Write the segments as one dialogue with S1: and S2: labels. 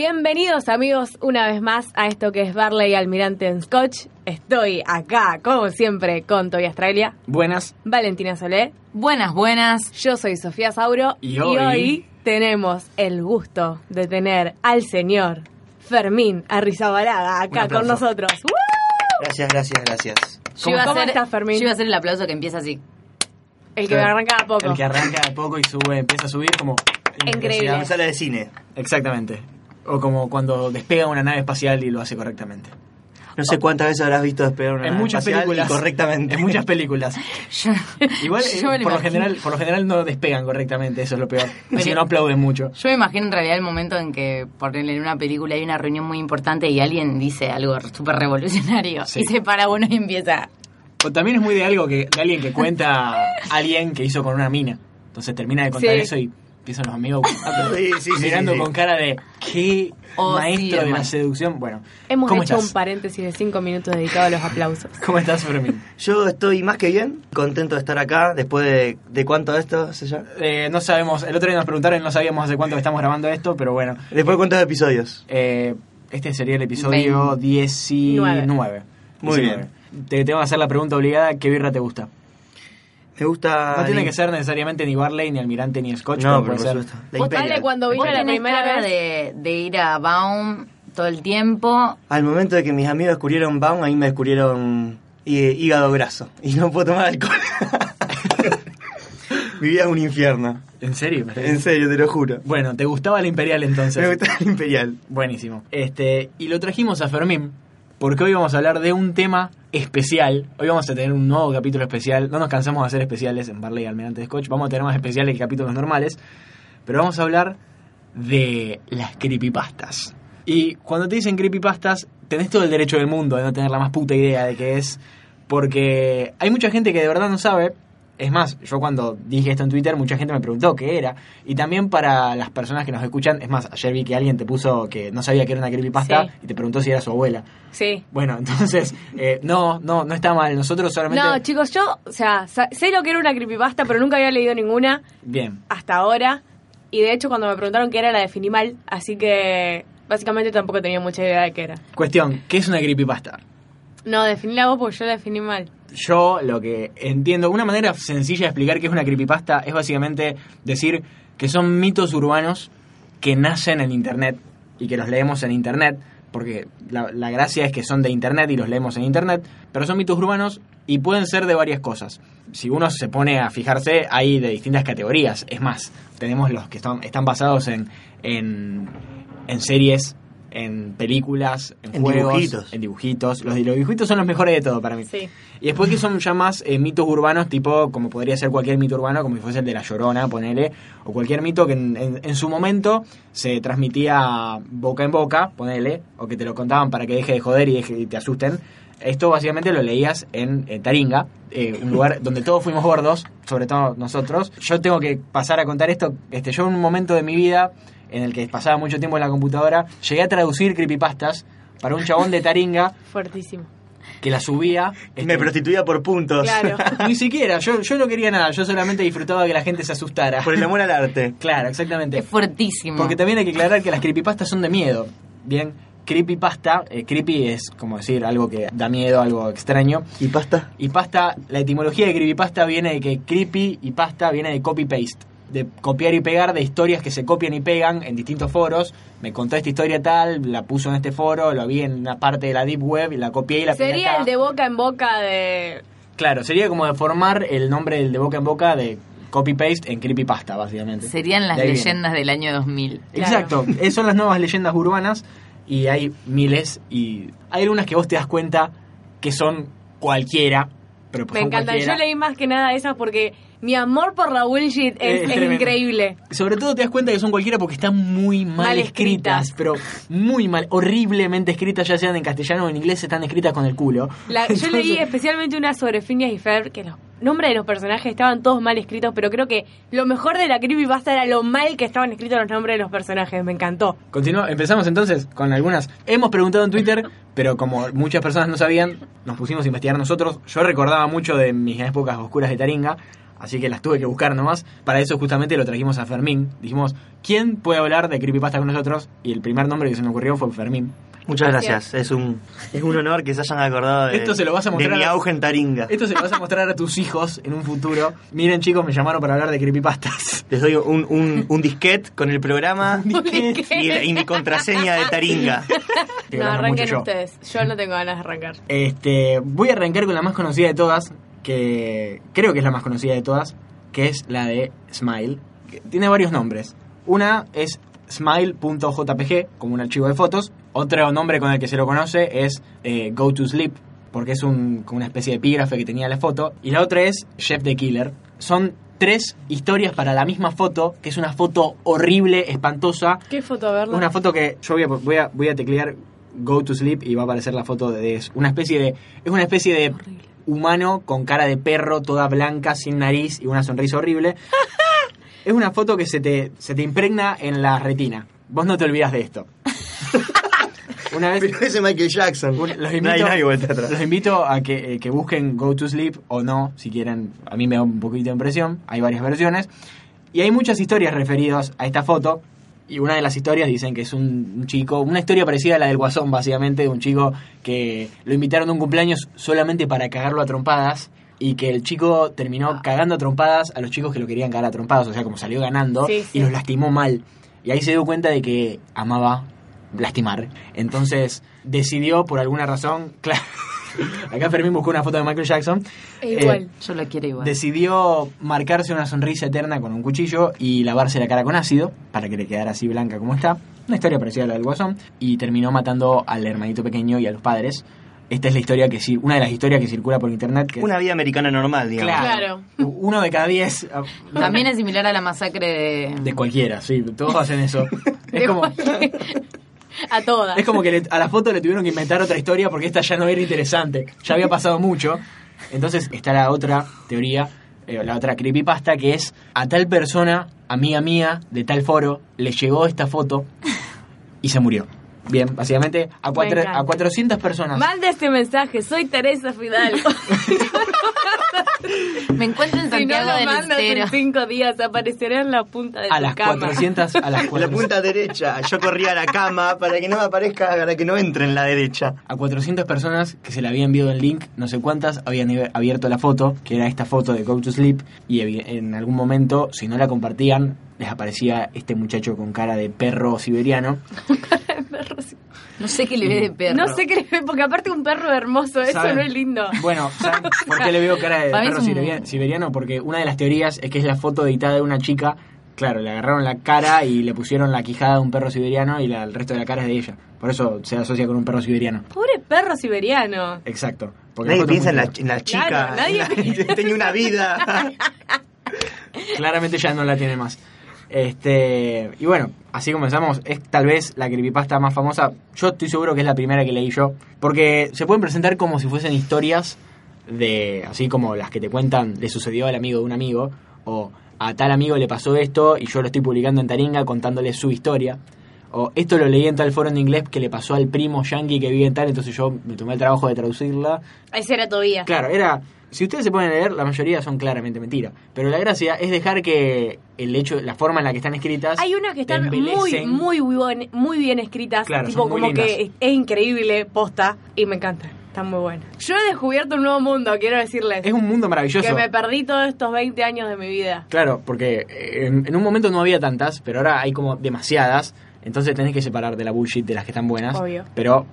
S1: Bienvenidos amigos una vez más a esto que es Barley Almirante en Scotch. Estoy acá, como siempre, con Toby Australia,
S2: Buenas.
S1: Valentina Solé,
S3: Buenas, buenas.
S1: yo soy Sofía Sauro
S2: Y hoy-
S1: tenemos el gusto de tener al señor Fermín Arrizabalaga acá
S2: Un
S1: con
S2: aplauso.
S1: nosotros. Uh,
S4: Gracias, gracias, gracias.
S3: Yo iba a
S1: cómo
S3: hacer-
S1: estás, Fermín?
S3: Yo iba a hacer el aplauso que empieza así.
S1: ¡Uh! El que me arranca a poco.
S2: El que arranca de poco y sube, empieza a subir como...
S1: Increíble.
S4: En sala de cine.
S2: Exactamente. O como cuando despega una nave espacial y lo hace correctamente.
S4: No sé cuántas veces habrás visto despegar una
S2: En
S4: nave
S2: muchas
S4: espacial y
S2: películas.
S4: correctamente.
S2: En muchas películas.
S3: Yo-
S2: Igual, eh,
S3: yo me
S2: por, lo
S3: imagino-
S2: general, por lo general no despegan correctamente, eso es lo peor. Así
S3: Pero-
S2: que no aplauden mucho.
S3: Yo me imagino en realidad el momento en que, por ejemplo, en una película hay una reunión muy importante y alguien dice algo súper revolucionario
S2: Sí.
S3: y se para uno y empieza.
S2: O también es muy de algo que de alguien que cuenta alguien que hizo con una mina. Entonces termina de contar
S1: Sí.
S2: eso y empiezan los amigos
S4: Sí, sí, sí,
S2: mirando
S4: sí, sí.
S2: con cara de qué
S3: Oh, sí,
S2: maestro de la
S3: hermano.
S2: seducción. Bueno,
S1: Hemos
S2: ¿cómo
S1: hecho un
S2: estás?
S1: paréntesis de cinco minutos dedicado a los aplausos.
S2: ¿Cómo estás, Fermín?
S4: Yo estoy más que bien, contento de estar acá después de, de cuánto de esto hace ya.
S2: Eh, no sabemos, el otro día nos preguntaron, no sabíamos hace cuánto que estamos grabando esto, pero bueno.
S4: Después de cuántos episodios.
S2: Eh, este sería el episodio 19.
S4: Muy
S2: 19. Te tengo que hacer la pregunta obligada, ¿qué birra te gusta?
S4: Me gusta...
S2: No tiene
S4: Ah, ni-
S2: que ser necesariamente ni Barley, ni Almirante, ni Scotch,
S4: No,
S2: pero
S4: por
S2: puede ser.
S4: supuesto. La
S1: Vos
S4: Imperial.
S1: dale cuando
S3: Vos
S1: vine la
S3: tenés
S1: primera
S3: cara
S1: vez.
S3: de, de ir a Baum todo el tiempo.
S4: Al momento de que mis amigos descubrieron Baum, a mí me descubrieron hí- hígado graso. Y no puedo tomar alcohol. Mi vida es un infierno.
S2: ¿En serio?
S4: En serio, te lo juro.
S2: Bueno, ¿te gustaba la Imperial entonces?
S4: Me gusta el Imperial.
S2: Buenísimo. Este, y lo trajimos a Fermín, porque hoy vamos a hablar de un tema especial. Hoy vamos a tener un nuevo capítulo especial. No nos cansamos de hacer especiales en Barley y Almirante Scotch. Vamos a tener más especiales que capítulos normales. Pero vamos a hablar de las creepypastas. Y cuando te dicen creepypastas, tenés todo el derecho del mundo de no tener la más puta idea de qué es. Porque hay mucha gente que de verdad no sabe. Es más, yo cuando dije esto en Twitter, mucha gente me preguntó qué era. Y también para las personas que nos escuchan, es más, ayer vi que alguien te puso que no sabía que era una creepypasta
S1: Sí.
S2: y te preguntó si era su abuela.
S1: Sí.
S2: Bueno, entonces, eh, no, no, no está mal. Nosotros solamente.
S1: No, chicos, yo, o sea, sa- sé lo que era una creepypasta, pero nunca había leído ninguna.
S2: Bien.
S1: hasta ahora. Y de hecho, cuando me preguntaron qué era, la definí mal. Así que básicamente tampoco tenía mucha idea de qué era.
S2: Cuestión, ¿qué es una creepypasta?
S1: No, definí la voz porque yo la definí mal.
S2: Yo lo que entiendo, una manera sencilla de explicar qué es una creepypasta es básicamente decir que son mitos urbanos que nacen en Internet y que los leemos en Internet, porque la, la gracia es que son de Internet y los leemos en Internet, pero son mitos urbanos y pueden ser de varias cosas. Si uno se pone a fijarse, hay de distintas categorías. Es más, tenemos los que están, están basados en, en, en series, en películas, en,
S4: En
S2: juegos,
S4: dibujitos.
S2: en dibujitos. Los, los dibujitos son los mejores de todo para mí.
S1: Sí.
S2: Y después que son ya más eh, mitos urbanos, tipo como podría ser cualquier mito urbano, como si fuese el de la Llorona, ponele, o cualquier mito que en, en- en su momento se transmitía boca en boca, ponele, o que te lo contaban para que deje de joder y, deje- y te asusten. Esto básicamente lo leías en, eh, Taringa, eh, un lugar donde todos fuimos gordos, sobre todo nosotros. Yo tengo que pasar a contar esto. Este, yo en un momento de mi vida en el que pasaba mucho tiempo en la computadora, llegué a traducir creepypastas para un chabón de Taringa
S1: Fuertísimo.
S2: que la subía.
S4: Me
S2: este,
S4: prostituía por puntos.
S1: Claro.
S2: ni siquiera, yo, yo no quería nada, yo solamente disfrutaba que la gente se asustara.
S4: Por el amor al arte.
S2: Claro, exactamente.
S3: Es fuertísimo.
S2: Porque también hay que aclarar que las creepypastas son de miedo. Bien, creepypasta, eh, creepy es como decir algo que da miedo, algo extraño.
S4: ¿Y pasta?
S2: Y pasta, la etimología de creepypasta viene de que creepy y pasta viene de copy-paste. De copiar y pegar de historias que se copian y pegan en distintos foros. Me contó esta historia tal, la puso en este foro, lo vi en una parte de la deep web y la copié y la pegué
S1: Sería
S2: acá.
S1: el de boca en boca de.
S2: Claro, sería como deformar el nombre del de boca en boca de copy-paste en creepypasta, básicamente.
S3: Serían las
S2: De ahí viene.
S3: leyendas del año 2000.
S2: Exacto, eh, son las nuevas leyendas urbanas y hay miles y hay algunas que vos te das cuenta que son cualquiera, pero pues
S1: Me
S2: son
S1: encantan. Yo
S2: cualquiera.
S1: leí más que nada esas porque mi amor por la bullshit
S2: Es
S1: es, es
S2: tremendo.
S1: increíble.
S2: Sobre todo te das cuenta que son cualquiera porque están muy mal,
S1: Mal
S2: escritas,
S1: escritas.
S2: pero muy mal, horriblemente escritas, ya sean en castellano o en inglés, están escritas con el culo.
S1: La- yo leí
S2: Entonces-
S1: especialmente una sobre Phineas y Ferb que los nombres de los personajes estaban todos mal escritos, pero creo que lo mejor de la creepypasta era lo mal que estaban escritos los nombres de los personajes. Me encantó.
S2: Continúa, empezamos entonces con algunas. Hemos preguntado en Twitter, pero como muchas personas no sabían, nos pusimos a investigar nosotros. Yo recordaba mucho de mis épocas oscuras de Taringa, Así que las tuve que buscar nomás. Para eso justamente lo trajimos a Fermín. Dijimos, ¿quién puede hablar de creepypasta con nosotros? Y el primer nombre que se me ocurrió fue Fermín.
S4: Muchas
S1: Gracias.
S4: gracias. Es un, es un honor que se hayan acordado de,
S2: Esto se lo vas a mostrar
S4: de mi
S2: a-
S4: auge en Taringa.
S2: Esto se lo vas a mostrar a tus hijos en un futuro. Miren chicos, me llamaron para hablar de creepypastas.
S4: Les doy un, un, un disquete con el programa
S1: disquete.
S4: y, y mi contraseña de Taringa.
S2: Te
S1: No,
S2: conozco
S1: arranquen
S2: mucho yo.
S1: ustedes. Yo no tengo ganas de arrancar.
S2: Este, voy a arrancar con la más conocida de todas, que creo que es la más conocida de todas, que es la de Smile. que tiene varios nombres. Una es smile.jpg, como un archivo de fotos. Otro nombre con el que se lo conoce es eh, Go to Sleep, porque es un- como una especie de epígrafe que tenía la foto. Y la otra es Jeff the Killer. Son tres historias para la misma foto, que es una foto horrible, espantosa,
S1: ¿Qué foto a verla?
S2: una foto que yo voy a, voy a, voy a teclear Go to Sleep y va a aparecer la foto de es una especie de es una especie de humano con cara de perro toda blanca sin nariz y una sonrisa horrible. es una foto que se te se te impregna en la retina. Vos no te olvidás de esto. una vez
S4: Pero ese Michael Jackson.
S2: un- los
S4: No hay-
S2: invito,
S4: no hay vuelta atrás.
S2: los invito a que, eh, que busquen Go to Sleep o no, si quieren. A mí me da un poquito de impresión. Hay varias versiones. Y hay muchas historias referidas a esta foto. Y una de las historias dicen que es un, un chico, una historia parecida a la del Guasón, básicamente, de un chico que lo invitaron a un cumpleaños solamente para cagarlo a trompadas. Y que el chico
S1: Ah.
S2: terminó cagando a trompadas a los chicos que lo querían cagar a trompadas. O sea, como salió ganando
S1: Sí, sí.
S2: y los lastimó mal. Y ahí se dio cuenta de que amaba lastimar. Entonces decidió, por alguna razón, claro, acá Fermín buscó una foto de Michael Jackson, Eh,
S1: E igual.
S3: Yo lo quiero igual.
S2: decidió marcarse una sonrisa eterna con un cuchillo y lavarse la cara con ácido para que le quedara así blanca como está. Una historia parecida a la del Guasón. Y terminó matando al hermanito pequeño y a los padres. Esta es la historia que cir- una de las historias que circula por internet. Que
S4: Una vida americana normal, digamos.
S2: claro, Uno de cada diez. ah,
S3: También es similar a la masacre de...
S2: De cualquiera, sí, todos hacen eso. Es
S1: De
S2: como,
S1: cualquier- a todas.
S2: Es como que le- a la foto le tuvieron que inventar otra historia porque esta ya no era interesante. Ya había pasado mucho. Entonces está la otra teoría, eh, la otra creepypasta que es a tal persona, amiga mía, de tal foro, le llegó esta foto y se murió. Bien, básicamente a, cuatro-
S1: encanta.
S2: a 400 personas.
S1: Manda este mensaje, soy Teresa Fidalgo.
S3: Me encuentro en
S1: si no
S3: Santiago
S1: lo
S3: del
S1: mandas en
S3: Estero.
S1: cinco días, aparecerá en la punta de
S2: A
S1: tu
S2: las
S1: cama.
S2: 400, a las
S4: La
S2: 400,
S4: punta derecha. Yo corría a la cama para que no me aparezca, para que no entre en la derecha.
S2: a 400 personas que se le había enviado el link, no sé cuántas, habían ibe- abierto la foto, que era esta foto de Go to Sleep, y evi- en algún momento, si no la compartían, les aparecía este muchacho con cara de perro siberiano.
S3: No sé qué le ve de perro.
S1: No sé qué le ve, porque aparte un perro hermoso, eso
S2: ¿Saben?
S1: no es lindo.
S2: Bueno, ¿saben por qué le veo cara de
S3: Para mí
S2: perro
S3: es un-
S2: siberia- siberiano? Porque una de las teorías es que es la foto editada de una chica. Claro, le agarraron la cara y le pusieron la quijada de un perro siberiano y la- el resto de la cara es de ella. Por eso se asocia con un perro siberiano.
S1: Pobre perro siberiano.
S2: Exacto. Porque la
S4: Nadie
S2: foto es
S4: piensa en
S2: muy
S4: la,
S2: fea.
S4: en la chica.
S1: Claro, nadie
S4: en la- Tenía una vida.
S2: Claramente ya no la tiene más. Este, y bueno, así comenzamos. Es tal vez la creepypasta más famosa. Yo estoy seguro que es la primera que leí yo. Porque se pueden presentar como si fuesen historias de. Así como las que te cuentan, le sucedió al amigo de un amigo. O a tal amigo le pasó esto y yo lo estoy publicando en Taringa contándole su historia. O esto lo leí en tal foro en inglés que le pasó al primo yankee que vive en tal, entonces yo me tomé el trabajo de traducirla.
S1: Ese era todavía.
S2: Claro, era. Si ustedes se ponen a leer, la mayoría son claramente mentiras. Pero la gracia es dejar que el hecho, la forma en la que están escritas.
S1: Hay unas que
S2: te
S1: están muy,
S2: embelecen.
S1: muy, buen- muy bien escritas.
S2: Claro,
S1: tipo,
S2: son muy
S1: como que es,
S2: lindas.
S1: increíble, posta. Y me encanta. Están muy buenas. Yo he descubierto un nuevo mundo, quiero decirles.
S2: Es un mundo maravilloso.
S1: que me perdí todos estos 20 años de mi vida.
S2: Claro, porque eh, en, en un momento no había tantas, pero ahora hay como demasiadas. Entonces tenés que separar de la bullshit de las que están buenas.
S1: Obvio.
S2: Pero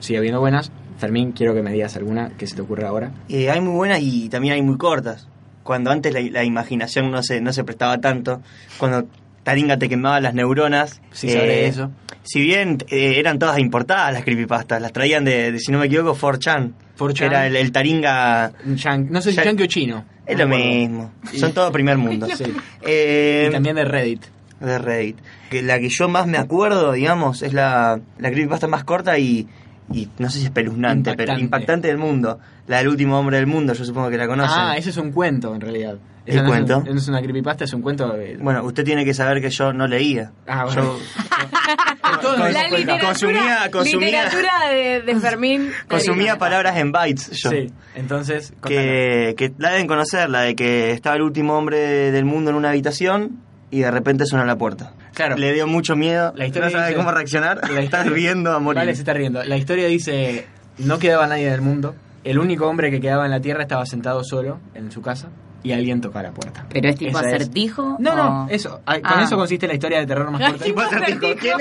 S2: sigue habiendo buenas. Fermín, quiero que me digas alguna que se te ocurra ahora.
S4: Eh, hay muy buenas y también hay muy cortas. Cuando antes la, la imaginación no se, no se prestaba tanto, cuando Taringa te quemaba las neuronas. eh,
S2: Sí, sabré eso.
S4: Si bien eh, eran todas importadas las creepypastas, las traían de, de, si no me equivoco, 4chan.
S2: 4chan.
S4: Era el, el Taringa.
S2: Un yan- no sé si
S4: Ya-
S2: yankee o chino.
S4: Es
S2: No
S4: lo
S2: me acuerdo.
S4: mismo. Son todo primer mundo.
S2: Sí.
S4: Eh,
S2: Y también de Reddit.
S4: de Reddit. Que la que yo más me acuerdo, digamos, es la, la creepypasta más corta y, y no sé si espeluznante, pero
S2: Impactante.
S4: impactante del mundo. La del último hombre del mundo, yo supongo que la conocen.
S2: ah, ese es un cuento en realidad.
S4: ¿Es
S2: Esa no
S4: cuento?
S2: Es, un- no es una creepypasta, es un cuento. de-
S4: Bueno, usted tiene que saber que yo no leía.
S2: Ah, bueno.
S4: Yo
S2: Todos nos
S1: La
S2: dimos cuenta.
S1: literatura,
S4: Consumía- consumía-
S1: literatura de, de Fermín.
S4: consumía palabras en bytes. Yo.
S2: Sí, entonces.
S4: que, que la deben conocer, la de que estaba el último hombre del mundo en una habitación y de repente suena la puerta.
S2: Claro.
S4: Le dio mucho miedo,
S2: La historia
S4: no sabe
S2: dice-
S4: cómo reaccionar, la estás riendo a morir.
S2: Vale, se está riendo. La historia dice: No quedaba nadie del mundo. El único hombre que quedaba en la tierra estaba sentado solo en su casa y alguien tocaba la puerta.
S3: Pero es tipo
S4: Esa es.
S3: acertijo.
S2: No, no,
S3: o-
S2: eso. ah, Con
S3: Ah.
S2: eso consiste la historia de terror más
S1: Ay,
S2: corta.
S1: tipo
S4: acertijo, ¿quién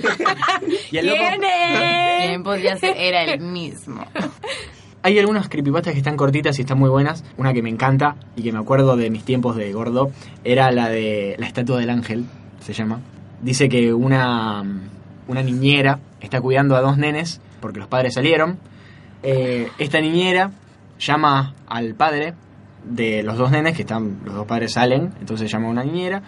S1: es?
S2: Y el loco-
S1: ¿Quién es?
S3: ¿Quién podría ser? Era el mismo.
S2: Hay algunas creepypastas que están cortitas y están muy buenas. Una que me encanta y que me acuerdo de mis tiempos de gordo era la de la estatua del ángel, se llama. Dice que una, una niñera está cuidando a dos nenes porque los padres salieron. Eh, esta niñera llama al padre de los dos nenes, que están, los dos padres salen, entonces llama a una niñera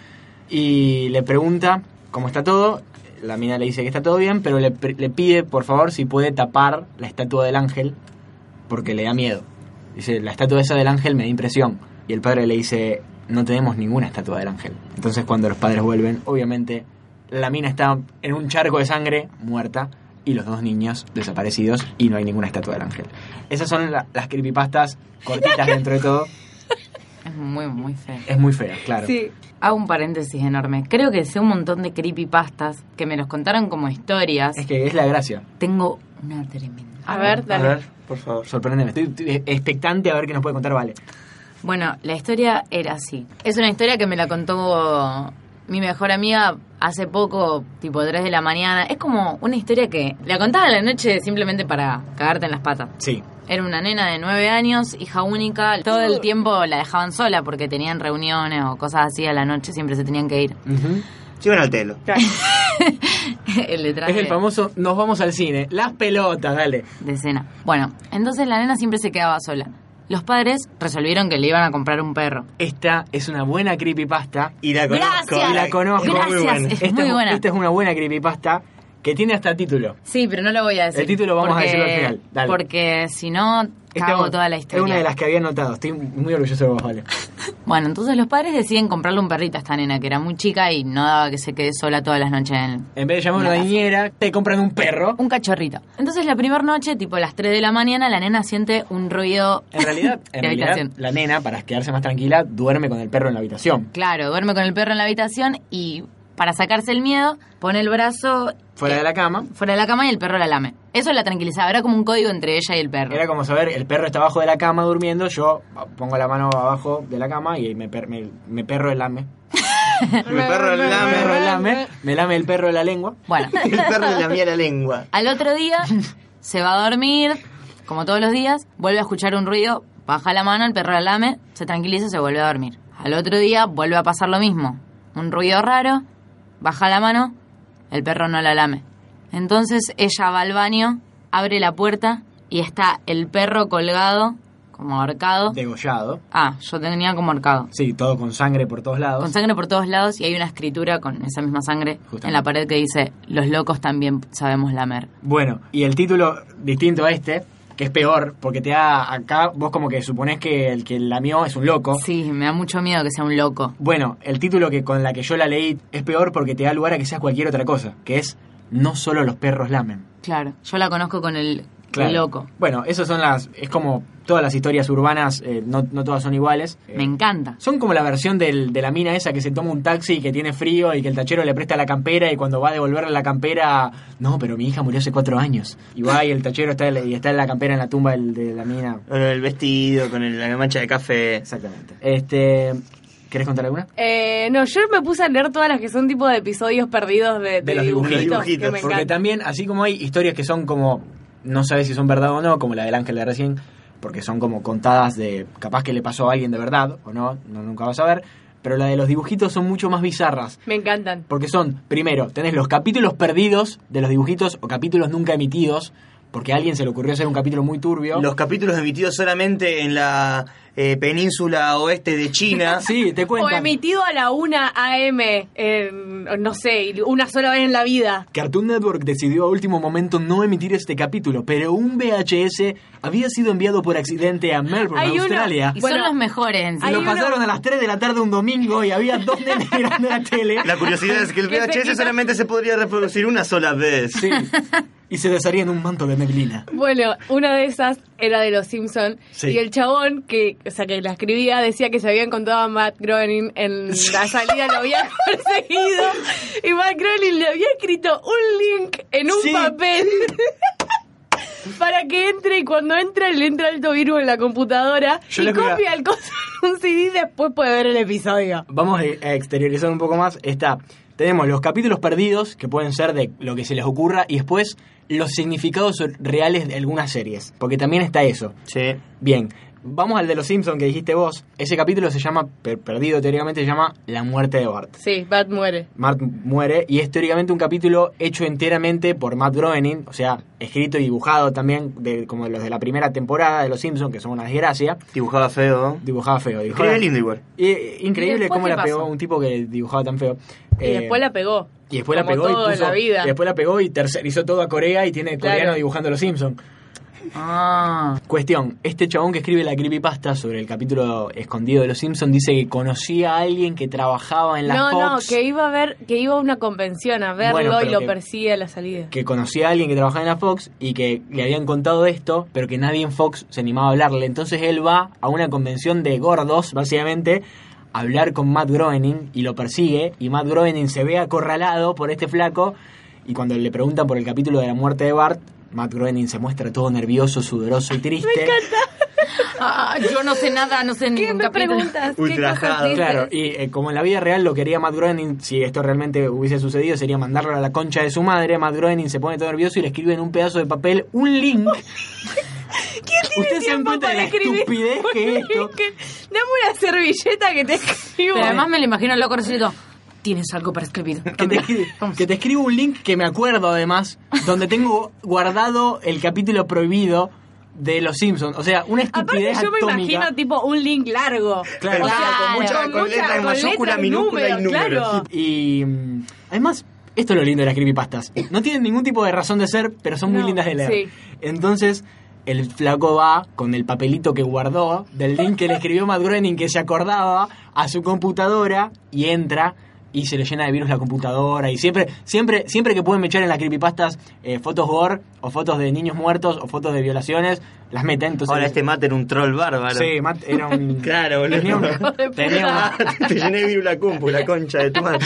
S2: y le pregunta cómo está todo. La mina le dice que está todo bien, pero le, pre- le pide por favor si puede tapar la estatua del ángel porque le da miedo. Dice, la estatua esa del ángel me da impresión. Y el padre le dice, no tenemos ninguna estatua del ángel. Entonces cuando los padres vuelven, obviamente la mina está en un charco de sangre, muerta, y los dos niños desaparecidos y no hay ninguna estatua del ángel. Esas son la- las creepypastas cortitas dentro de todo.
S3: Es muy, muy feo.
S2: Es muy fea, claro.
S1: Sí.
S3: Hago un paréntesis enorme. Creo que sé un montón de creepypastas que me los contaron como historias.
S2: Es que es la gracia.
S3: Tengo una tremenda.
S1: A ver,
S4: A
S1: dale.
S4: ver, por favor.
S2: Sorpréndeme. Estoy, estoy expectante a ver qué nos puede contar Vale.
S3: Bueno, la historia era así. Es una historia que me la contó mi mejor amiga hace poco, tipo 3 de la mañana. Es como una historia que la contaba a la noche simplemente para cagarte en las patas.
S2: Sí.
S3: Era una nena de nueve años, hija única. Todo el tiempo la dejaban sola porque tenían reuniones o cosas así a la noche, siempre se tenían que ir.
S4: Sí, bueno, al telo.
S1: Claro.
S3: el detrás
S2: Es el
S3: de-
S2: famoso nos vamos al cine. Las pelotas, dale.
S3: de cena. Bueno, entonces la nena siempre se quedaba sola. Los padres resolvieron que le iban a comprar un perro.
S2: Esta es una buena creepypasta.
S4: Y la
S3: Gracias.
S4: conozco.
S2: Y la conozco.
S4: Es
S3: Gracias.
S4: muy buena.
S3: Es
S2: esta,
S3: muy buena.
S2: esta es una buena creepypasta que tiene hasta título.
S3: Sí, pero no lo voy a decir.
S2: El título vamos a decirlo al final. Dale.
S3: Porque si no,
S2: Esta Este
S3: cago
S2: es-
S3: toda la
S2: Es
S3: historia.
S2: una de las que había anotado. Estoy muy orgulloso de vos, Vale.
S3: Bueno, entonces los padres deciden comprarle un perrito a esta nena que era muy chica y no daba que se quede sola todas las noches en,
S2: En vez de llamar a
S3: Una
S2: una niñera, te compran un perro.
S3: un cachorrito. Entonces la primera noche, tipo las 3 de la mañana, la nena siente un ruido
S2: En realidad,
S3: de
S2: en realidad,
S3: habitación.
S2: la nena, para quedarse más tranquila, duerme con el perro en la habitación.
S3: Claro, duerme con el perro en la habitación y para sacarse el miedo, pone el brazo
S2: Fuera de la cama.
S3: fuera de la cama y el perro la lame. Eso la tranquilizaba, era como un código entre ella y el perro.
S2: Era como saber, el perro está abajo de la cama durmiendo, yo pongo la mano abajo de la cama y me, per- me, me perro el lame.
S4: Mi perro le
S2: Me perro el
S4: lame.
S2: lame, me lame el perro la lengua.
S3: Bueno,
S4: El perro le lamía la lengua.
S3: al otro día se va a dormir, como todos los días, vuelve a escuchar un ruido, baja la mano, el perro la lame, se tranquiliza y se vuelve a dormir. Al otro día vuelve a pasar lo mismo, un ruido raro, baja la mano, el perro no la lame. Entonces ella va al baño, abre la puerta y está el perro colgado, como ahorcado.
S2: Degollado.
S3: Ah, yo tenía como ahorcado.
S2: Sí, todo con sangre por todos lados.
S3: Con sangre por todos lados y hay una escritura con esa misma sangre
S2: Justamente.
S3: en la pared que dice, los locos también sabemos lamer.
S2: Bueno, y el título distinto a este, que es peor, porque te da acá, vos como que suponés que el que la mió es un loco.
S3: Sí, me da mucho miedo que sea un loco.
S2: Bueno, el título que con la que yo la leí es peor porque te da lugar a que sea cualquier otra cosa, que es No solo los perros lamen.
S3: Claro, yo la conozco con el, el loco.
S2: Bueno, esas son las. Es como todas las historias urbanas, eh, no, no todas son iguales. Eh,
S3: Me encanta.
S2: Son como la versión del- de la mina esa que se toma un taxi y que tiene frío y que el tachero le presta la campera y cuando va a devolverle la campera, no, pero mi hija murió hace cuatro años. Y va y el tachero está, y está en la campera en la tumba del- de la mina.
S4: Con el vestido, con el- la mancha de café.
S2: Exactamente. Este, ¿Querés contar alguna?
S1: Eh, no, yo me puse a leer todas las que son tipo de episodios perdidos de, de
S2: De los dibujitos.
S1: que me
S2: Porque
S1: encantan.
S2: también, así como hay historias que son como, no sabes si son verdad o no, como la del ángel de recién, porque son como contadas de, capaz que le pasó a alguien de verdad o no, no nunca vas a ver, pero la de los dibujitos son mucho más bizarras.
S1: Me encantan.
S2: Porque son, primero, tenés los capítulos perdidos de los dibujitos o capítulos nunca emitidos, porque a alguien se le ocurrió hacer un capítulo muy turbio.
S4: Los capítulos emitidos solamente en la eh, península oeste de China.
S2: Sí, te
S1: O
S2: cuentan.
S1: emitido a la 1 AM, en, no sé, una sola vez en la vida.
S2: Cartoon Network decidió a último momento no emitir este capítulo, pero un VHS había sido enviado por accidente a Melbourne,
S1: Hay uno-
S2: Australia.
S3: Y
S1: Bueno,
S3: son los mejores en sí.
S2: Y
S1: hay
S2: lo
S1: uno-
S2: pasaron a las 3 de la tarde un domingo y había dos nenes mirando la tele.
S4: La curiosidad es que el
S1: Qué
S4: VHS
S1: penita.
S4: solamente se podría reproducir una sola vez.
S2: Sí. Y se desharía en un manto de neblina.
S1: Bueno, una de esas era de los Simpson
S2: Sí.
S1: y el chabón que, o sea, que la escribía decía que se había encontrado a Matt Groening en la salida, lo había perseguido y Matt Groening le había escrito un link en un
S2: Sí.
S1: papel para que entre y cuando entra le entra alto virus en la computadora
S2: Yo
S1: y
S2: les voy a-
S1: copia el coso en un CD y después puede ver el episodio.
S2: Vamos eh, a a exteriorizar un poco más. Está, tenemos los capítulos perdidos, que pueden ser de lo que se les ocurra, y después los significados reales de algunas series. Porque también está eso.
S4: Sí.
S2: Bien, vamos al de los Simpson que dijiste vos. Ese capítulo se llama, per- perdido teóricamente, se llama La muerte de Bart.
S1: Sí, Matt muere.
S2: Bart muere y es teóricamente un capítulo hecho enteramente por Matt Groening, o sea, escrito y dibujado también de, como los de la primera temporada de Los Simpson, que son una desgracia.
S4: Dibujaba feo.
S2: Dibujaba feo, dibujaba.
S4: Escribe lindo igual.
S2: Y-
S3: ¿Y
S2: increíble
S3: después
S2: cómo
S3: qué
S2: la pegó
S3: pasó?
S2: un tipo que dibujaba tan feo.
S1: Y
S2: Eh,
S1: después la pegó.
S2: y después la
S1: como
S2: pegó y
S1: todo en
S2: puso-
S1: la vida.
S2: y después la pegó y tercerizó todo a Corea y tiene
S1: Claro.
S2: coreano dibujando a los Simpsons.
S3: Ah.
S2: Cuestión, este chabón que escribe la creepypasta sobre el capítulo escondido de los Simpsons dice que conocía a alguien que trabajaba en la
S1: no, no,
S2: Fox,
S1: que iba a ver, que iba a una convención a verlo
S2: Bueno,
S1: y
S2: pero
S1: lo
S2: que-
S1: persigue a la salida.
S2: que conocía a alguien que trabajaba en la Fox y que le habían contado esto, pero que nadie en Fox se animaba a hablarle. Entonces él va a una convención de gordos, básicamente, a hablar con Matt Groening y lo persigue. Y Matt Groening se ve acorralado por este flaco. Y cuando le preguntan por el capítulo de la muerte de Bart, Matt Groening se muestra todo nervioso, sudoroso y triste.
S3: Ah, yo no sé nada, no sé
S1: ¿Qué
S3: ningún
S1: me
S3: capítulo.
S1: preguntas? ¿Qué
S4: Ultrajado.
S1: cosas dices?
S2: Claro, y eh, como en la vida real lo que haría Matt Groening, si esto realmente hubiese sucedido, sería mandarlo a la concha de su madre. Matt Groening se pone todo nervioso y le escribe en un pedazo de papel un link. Usted se dan
S1: Tiempo
S2: cuenta
S1: para
S2: de la
S1: escribir.
S2: estupidez que es esto.
S1: Que- Dame una servilleta que te escribo.
S3: Pero además me lo imagino loco recito. Tienes algo para escribir.
S2: Que te, que te escribo un link que me acuerdo además, donde tengo guardado el capítulo prohibido de Los Simpsons. O sea, una
S1: Aparte
S2: estupidez
S1: yo me
S2: atómica.
S1: imagino tipo un link largo.
S2: Claro.
S1: O sea,
S3: Claro, con mucha-
S4: con letras en mayúscula,
S1: y
S4: minúscula y números.
S1: Claro.
S2: Y mm, además, esto es lo lindo de las creepypastas. No tienen ningún tipo de razón de ser, pero son muy
S1: No,
S2: lindas de leer.
S1: sí.
S2: Entonces, el flaco va con el papelito que guardó del link que le escribió Matt Groening, que se acordaba, a su computadora y entra. Y se le llena de virus la computadora. Y siempre, siempre, siempre que pueden echar en las creepypastas eh, fotos gore, o fotos de niños muertos, o fotos de violaciones, las meten. Entonces,
S4: Ahora este mate era un troll bárbaro.
S2: Sí, Matt era un.
S4: Claro, boludo.
S2: tenía un-
S1: de
S2: tenía
S1: puta.
S2: una-
S4: Te llené de virus la compu, la concha de tu madre.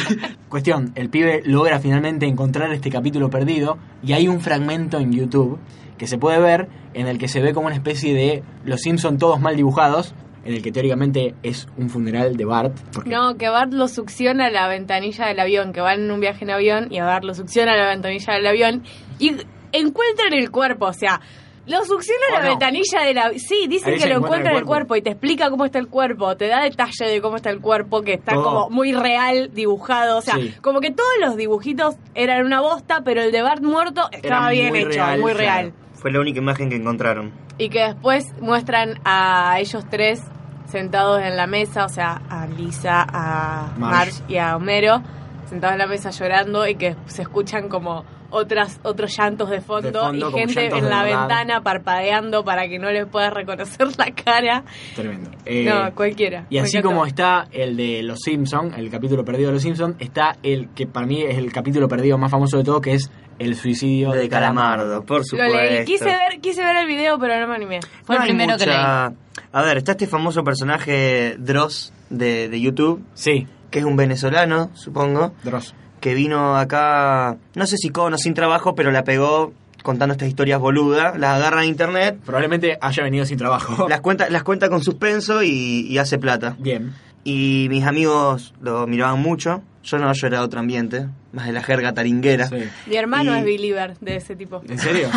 S2: Cuestión, el pibe logra finalmente encontrar este capítulo perdido y hay un fragmento en YouTube que se puede ver en el que se ve como una especie de Los Simpson todos mal dibujados, en el que teóricamente es un funeral de Bart. Porque
S1: No, que Bart lo succiona a la ventanilla del avión, que van en un viaje en avión y a Bart lo succiona a la ventanilla del avión y encuentran el cuerpo, o sea, lo succiona a
S2: ¿O
S1: la
S2: no?
S1: ventanilla del avión. Sí, dicen
S2: Ahí
S1: que
S2: se
S1: lo
S2: encuentra
S1: encuentran
S2: el
S1: el cuerpo y te explica cómo está el cuerpo, te da detalle de cómo está el cuerpo, que está
S2: Todo.
S1: como muy real, dibujado, o sea,
S2: Sí.
S1: como que todos los dibujitos eran una bosta, pero el de Bart muerto estaba
S2: muy
S1: bien hecho,
S2: real,
S1: muy
S2: claro.
S1: real.
S4: Fue la única imagen que encontraron.
S1: Y que después muestran a ellos tres sentados en la mesa, o sea, a Lisa, a
S2: Marge.
S1: Marge y a Homero, sentados en la mesa llorando y que se escuchan como otras otros llantos de fondo,
S2: De fondo,
S1: y
S2: como
S1: gente
S2: llantos
S1: en
S2: de
S1: la
S2: verdad.
S1: ventana parpadeando para que no les puedas reconocer la cara.
S2: Tremendo. Eh,
S1: no, cualquiera.
S2: y
S1: me
S2: así
S1: encantó.
S2: como está el de Los Simpson, el capítulo perdido de Los Simpson, está el que para mí es el capítulo perdido más famoso de todo, que es el suicidio
S4: De Calamardo, por
S1: lo
S4: supuesto.
S1: leí, quise ver, quise ver el video, pero no me animé.
S3: Fue el
S4: hay
S3: primero que leí.
S4: mucha- A ver, está este famoso personaje Dross de, de YouTube,
S2: Sí,
S4: que es un venezolano, supongo,
S2: Dross.
S4: que vino acá, no sé si con o sin trabajo, pero la pegó contando estas historias boludas, las agarra en internet,
S2: Probablemente haya venido sin trabajo.
S4: las cuenta, las cuenta con suspenso y, y hace plata.
S2: Bien.
S4: Y mis amigos lo miraban mucho, yo no, yo era de otro ambiente, más de la jerga taringuera.
S2: Sí.
S1: Mi hermano
S4: Y-
S1: es believer de ese tipo.
S2: ¿En serio?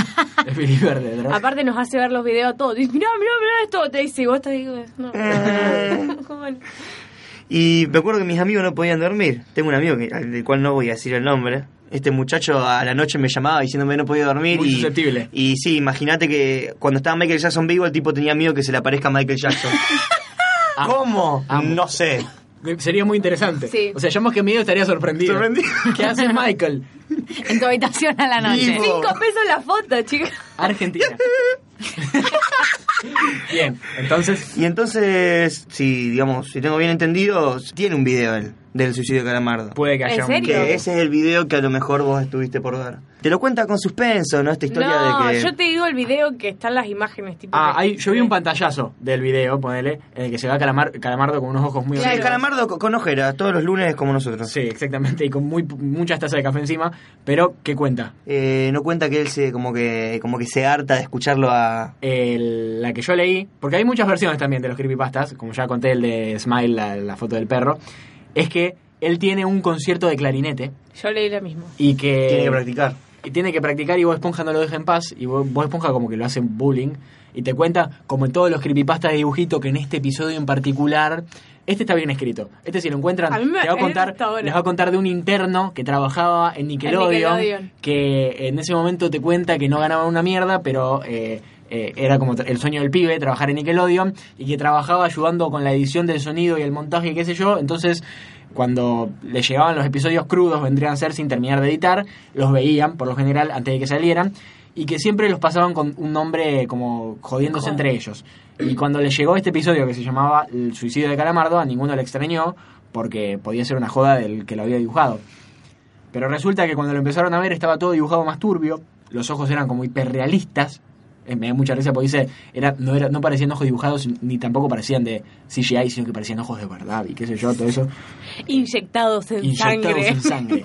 S2: es believer de Dross.
S1: Aparte nos hace ver los videos todos. Dice, mirá, mirá, mirá esto. Te dice, y vos te digo, no.
S4: Eh.
S1: ¿Cómo no?
S4: Y me acuerdo que mis amigos no podían dormir. Tengo un amigo que- al del cual no voy a decir el nombre, Este muchacho a la noche me llamaba diciéndome no podía dormir.
S2: Muy
S4: y,
S2: susceptible.
S4: Y sí, imagínate que cuando estaba Michael Jackson vivo, el tipo tenía miedo que se le aparezca Michael Jackson. Ah, ¿Cómo?
S2: Amo.
S4: No sé.
S2: Ah, Me- Sería muy interesante.
S1: Sí.
S2: O sea, yo más que miedo estaría sorprendido.
S4: Sorprendido.
S2: ¿Qué hace Michael?
S3: En tu habitación a la noche.
S4: Vivo.
S1: Cinco pesos la foto, chicos.
S2: Argentina. Bien, entonces.
S4: Y entonces, si digamos, si tengo bien entendido, tiene un video él del suicidio de Calamardo.
S2: Puede que
S1: ¿En
S2: haya un-
S1: serio?
S4: Que ese es el video que a lo mejor vos estuviste por ver. Te lo cuenta con suspenso, ¿no? Esta historia
S1: No,
S4: de que...
S1: yo te digo el video que están las imágenes, tipo.
S2: Ah,
S1: que-
S2: hay- yo vi un pantallazo del video, ponele, en el que se ve a Calamar- Calamardo con unos ojos muy
S1: Claro.
S4: Sí,
S2: horribles.
S4: Calamardo co- con ojeras, todos los lunes como nosotros.
S2: Sí, exactamente, y con muy, muchas tazas de café encima, pero ¿qué cuenta?
S4: Eh, no cuenta que él se como que como que se harta de escucharlo a...
S2: El- la que yo leí, porque hay muchas versiones también de los creepypastas, como ya conté el de Smile, la, la foto del perro, es que él tiene un concierto de clarinete
S1: Yo leí lo mismo.
S2: y que...
S4: Tiene que practicar.
S2: y tiene que practicar y vos Esponja no lo deja en paz y vos Bob Esponja como que lo hace bullying y te cuenta como en todos los creepypastas de dibujito que en este episodio en particular este está bien escrito este si lo encuentran
S1: A mí me-
S2: te va a
S1: él
S2: contar
S1: hasta ahora.
S2: les va a contar de un interno que trabajaba en Nickelodeon,
S1: Nickelodeon.
S2: que en ese momento te cuenta que no ganaba una mierda pero eh, eh, era como el sueño del pibe trabajar en Nickelodeon y que trabajaba ayudando con la edición del sonido y el montaje y qué sé yo entonces cuando le llegaban los episodios crudos, vendrían a ser sin terminar de editar, los veían por lo general antes de que salieran, y que siempre los pasaban con un nombre como jodiéndose entre ellos. Y cuando le llegó este episodio que se llamaba El suicidio de Calamardo, a ninguno le extrañó, porque podía ser una joda del que lo había dibujado. Pero resulta que cuando lo empezaron a ver estaba todo dibujado más turbio, los ojos eran como hiperrealistas. Eh, Me da mucha risa porque dice, era, no, era, no parecían ojos dibujados ni tampoco parecían de CGI, sino que parecían ojos de verdad y qué sé yo, todo eso
S1: Inyectados en
S2: inyectados
S1: sangre.
S2: en sangre.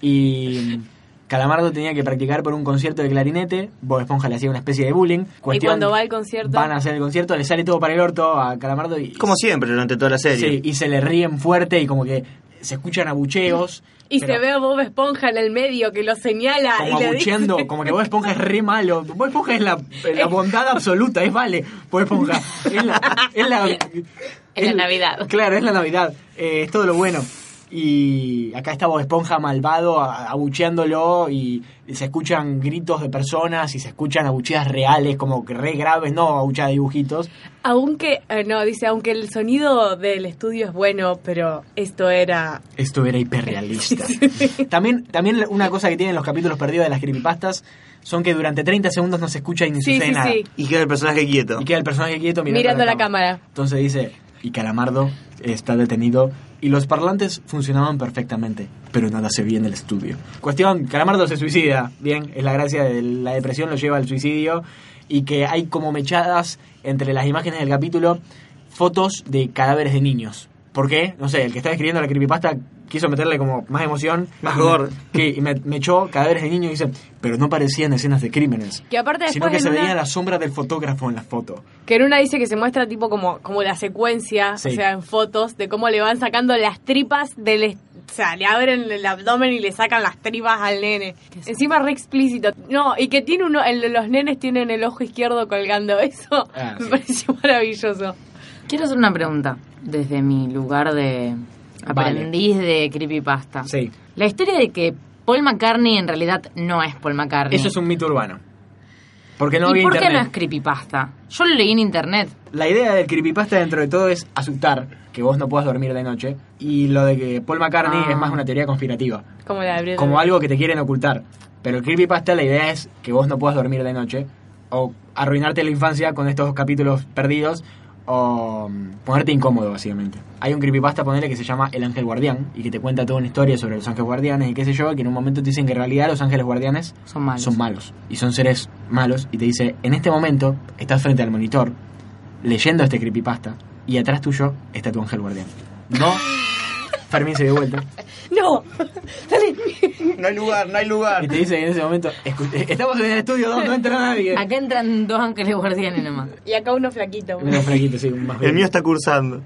S2: y mm, Calamardo tenía que practicar por un concierto de clarinete, Bob Esponja le hacía una especie de bullying.
S1: y
S2: Cuestión,
S1: cuando va al concierto.
S2: van a hacer el concierto, le sale todo para el orto a Calamardo y,
S4: Como siempre durante toda la
S2: sí,
S4: serie.
S2: y se le ríen fuerte y como que se escuchan abucheos.
S1: Y
S2: pero
S1: se ve a Bob Esponja en el medio que lo señala Ah,
S2: Como
S1: y le dice.
S2: abucheando, como que Bob Esponja es re malo. Bob Esponja es la, la bondad absoluta, es vale. Bob Esponja es la... Es la,
S3: Es la Navidad.
S2: Claro, es la Navidad. Eh, es todo lo bueno. Y acá está Bob Esponja malvado a- abucheándolo y se escuchan gritos de personas y se escuchan abucheadas reales, como que re graves, no abucheadas de dibujitos.
S1: Aunque, eh, no, dice, aunque el sonido del estudio es bueno, pero esto era.
S2: Esto era hiperrealista. también, también una cosa que tienen los capítulos perdidos de las creepypastas son que durante 30 segundos no se escucha y ni
S1: Sí,
S2: sucede
S1: sí,
S2: nada.
S1: sí.
S4: Y queda el personaje quieto.
S2: Y queda el personaje quieto mirando,
S1: Mirando
S2: a
S1: la cámara.
S2: Entonces dice, y Calamardo está detenido y los parlantes funcionaban perfectamente, pero nada se veía en el estudio. Cuestión, Calamardo se suicida, bien, es la gracia de la depresión, lo lleva al suicidio y que hay como mechadas entre las imágenes del capítulo fotos de cadáveres de niños. ¿Por qué? No sé, el que está escribiendo la creepypasta quiso meterle como más emoción.
S4: Más
S2: Y me-
S4: gore.
S2: Que, y me, me echó cadáveres de niños y dice, pero no parecían escenas de crímenes.
S1: Que aparte después.
S2: Sino que
S1: en
S2: se
S1: una-
S2: veía la sombra del fotógrafo en la foto.
S1: Que en una dice que se muestra tipo como, como la secuencia,
S2: Sí.
S1: o sea, en fotos, de cómo le van sacando las tripas del... est- O sea, le abren el abdomen y le sacan las tripas al nene. Encima re explícito. No, y que tiene uno... el- los nenes tienen el ojo izquierdo colgando eso.
S2: Ah,
S1: me
S2: sí.
S1: pareció maravilloso.
S3: Quiero hacer una pregunta desde mi lugar de
S2: Vale.
S3: aprendiz de creepypasta.
S2: Sí.
S3: La historia de que Paul McCartney en realidad no es Paul McCartney.
S2: Eso es un mito urbano. Porque no
S3: ¿Y
S2: había
S3: por qué no es
S2: internet.
S3: creepypasta? Yo lo leí en internet.
S2: La idea del creepypasta dentro de todo es asustar, que vos no puedas dormir de noche. Y lo de que Paul McCartney
S3: Ah.
S2: es más una teoría conspirativa.
S1: Como la de
S2: Como algo que te quieren ocultar. Pero el creepypasta la idea es que vos no puedas dormir de noche. O arruinarte la infancia con estos capítulos perdidos. O mm, ponerte incómodo, básicamente. Hay un creepypasta, ponele, que se llama El Ángel Guardián. Y que te cuenta toda una historia sobre los ángeles guardianes y qué sé yo. Que en un momento te dicen que en realidad los ángeles guardianes
S3: Son malos.
S2: son malos y son seres malos y te dice, en este momento estás frente al monitor leyendo este creepypasta y atrás tuyo está tu ángel guardián. No. Fermín se dio vuelta
S1: ¡No! ¡Dale!
S4: No hay lugar, no hay
S2: y
S4: lugar.
S2: te dice en ese momento, "Escu- eh, estamos en el estudio, no, no entra nadie.
S3: Acá entran dos ángeles guardianes nomás.
S1: Y acá uno flaquito.
S2: Menos flaquito, sí, más
S4: El
S2: bien.
S4: mío está cursando.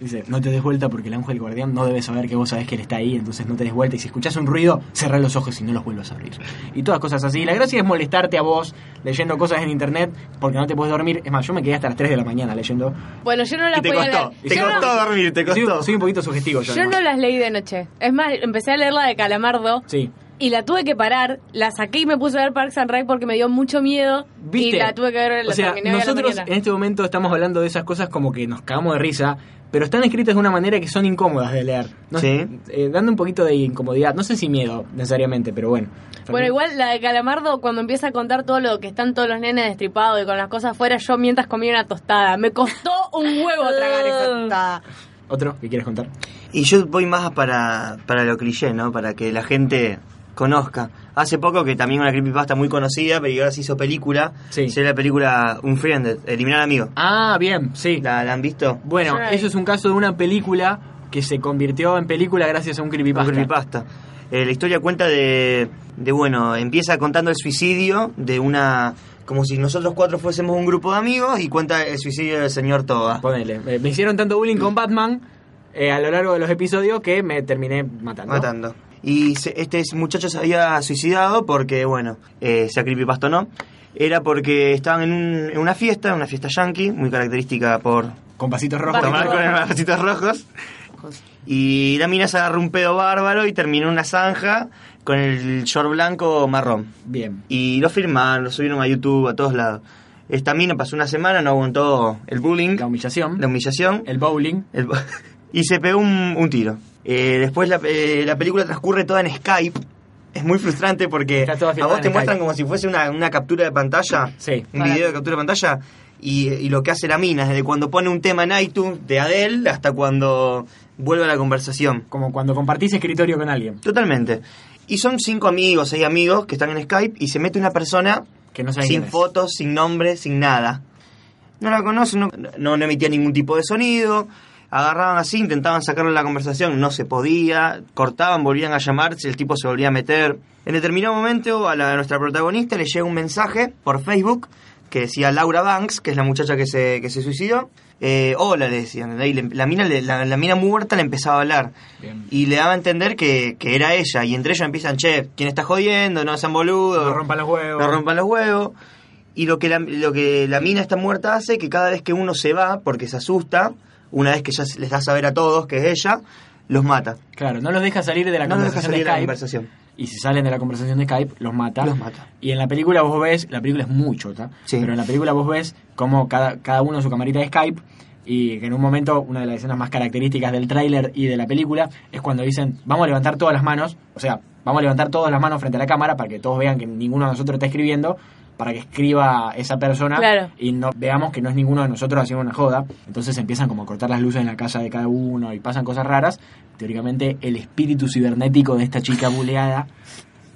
S2: Dice, no te des vuelta porque el ángel guardián no debe saber que vos sabés que él está ahí, entonces no te des vuelta. Y si escuchás un ruido, cerrá los ojos y no los vuelvas a abrir. Y todas cosas así. La gracia es molestarte a vos leyendo cosas en internet porque no te puedes dormir. Es más, yo me quedé hasta las 3 de la mañana leyendo.
S1: Bueno, yo no las
S4: Y te
S1: podía
S4: costó,
S1: leer.
S4: te
S1: Yo no-
S4: costó dormir, te
S2: Soy,
S4: costó.
S2: soy un poquito sugestivo yo.
S1: Yo no
S2: además.
S1: las leí de noche. Es más, empecé a leer la de Calamardo
S2: Sí.
S1: y la tuve que parar, la saqué y me puse a ver Parks and Rec porque me dio mucho miedo
S2: ¿Viste?
S1: y la tuve que ver, la
S2: o sea,
S1: terminé hoy a la
S2: nosotros
S1: mañana.
S2: en este momento estamos hablando de esas cosas como que nos cagamos de risa, pero están escritas de una manera que son incómodas de leer. No-
S4: Sí.
S2: eh, dando un poquito de incomodidad. No sé si miedo, necesariamente, pero bueno.
S1: Bueno, igual la de Calamardo, cuando empieza a contar todo lo que están todos los nenes destripados y con las cosas afuera, yo mientras comía una tostada. Me costó un huevo tragar esa tostada.
S2: Otro que quieres contar.
S4: Y yo voy más para, para lo cliché, ¿no? Para que la gente conozca. Hace poco que también una creepypasta muy conocida, pero que ahora se hizo película,
S2: Sí.
S4: sería la película Unfriended, Eliminar Amigo.
S2: Ah, bien, sí.
S4: ¿La, la han visto?
S2: Bueno,
S1: Right.
S2: eso es un caso de una película que se convirtió en película gracias a un creepypasta.
S4: Un creepypasta. Eh, la historia cuenta de, de, bueno, empieza contando el suicidio de una... Como si nosotros cuatro fuésemos un grupo de amigos y cuenta el suicidio del señor Toba.
S2: Ponele. eh, me hicieron tanto bullying con Batman eh, a lo largo de los episodios que me terminé matando.
S4: matando. Y se- este muchacho se había suicidado porque, bueno, eh, sea creepypasta o no, era porque estaban en, un- en una fiesta, una fiesta yankee, muy característica por
S2: Con pasitos rojos.
S4: tomar con los bracitos rojos. Y la mina se agarró un pedo bárbaro y terminó en una zanja con el short blanco marrón.
S2: Bien.
S4: Y lo firmaron, lo subieron a YouTube, a todos lados. Esta mina pasó una semana, no aguantó el bullying,
S2: La humillación.
S4: la humillación.
S2: El bowling.
S4: El- y se pegó un, un tiro. Eh, después la, eh, la película transcurre toda en Skype. Es muy frustrante porque
S2: Está toda
S4: a
S2: filmada
S4: vos te
S2: en
S4: muestran
S2: Skype.
S4: como si fuese una, una captura de pantalla,
S2: Sí.
S4: un video de captura de pantalla, y, y lo que hace la mina, desde cuando pone un tema en iTunes de Adele hasta cuando vuelve a la conversación.
S2: Como cuando compartís escritorio con alguien.
S4: Totalmente. Y son cinco amigos, seis amigos que están en Skype y se mete una persona
S2: Que no sabés
S4: sin
S2: quién es.
S4: fotos, sin nombre, sin nada. No la conocen, no, no- no emitía ningún tipo de sonido. Agarraban así, intentaban sacarle la conversación, no se podía. Cortaban, volvían a llamarse, el tipo se volvía a meter. En determinado momento a, la, a nuestra protagonista le llega un mensaje por Facebook que decía Laura Banks, que es la muchacha que se, que se suicidó. Eh, hola, le decían. Ahí le- la, mina, le- la, la mina muerta le empezaba a hablar.
S2: Bien.
S4: Y le daba a entender que, que era ella. Y entre ellos empiezan, che, ¿quién está jodiendo? No sean boludos.
S2: No rompan los huevos.
S4: No rompan los huevos. Y lo que, la, lo que la mina está muerta hace que cada vez que uno se va, porque se asusta, una vez que ya se- les da a saber a todos que es ella, los mata.
S2: Claro, no los deja salir de la
S4: No los deja
S2: conversación
S4: salir de la
S2: de Skype.
S4: conversación.
S2: y si salen de la conversación de Skype, los mata.
S4: Los mata.
S2: Y en la película vos ves, la película es muy chota,
S4: Sí.
S2: pero en la película vos ves como cada, cada uno en su camarita de Skype y que en un momento una de las escenas más características del tráiler y de la película es cuando dicen, vamos a levantar todas las manos, o sea, vamos a levantar todas las manos frente a la cámara para que todos vean que ninguno de nosotros está escribiendo, para que escriba esa persona
S1: Claro.
S2: y no veamos que no es ninguno de nosotros haciendo una joda. Entonces empiezan como a cortar las luces en la casa de cada uno y pasan cosas raras. Teóricamente el espíritu cibernético de esta chica buleada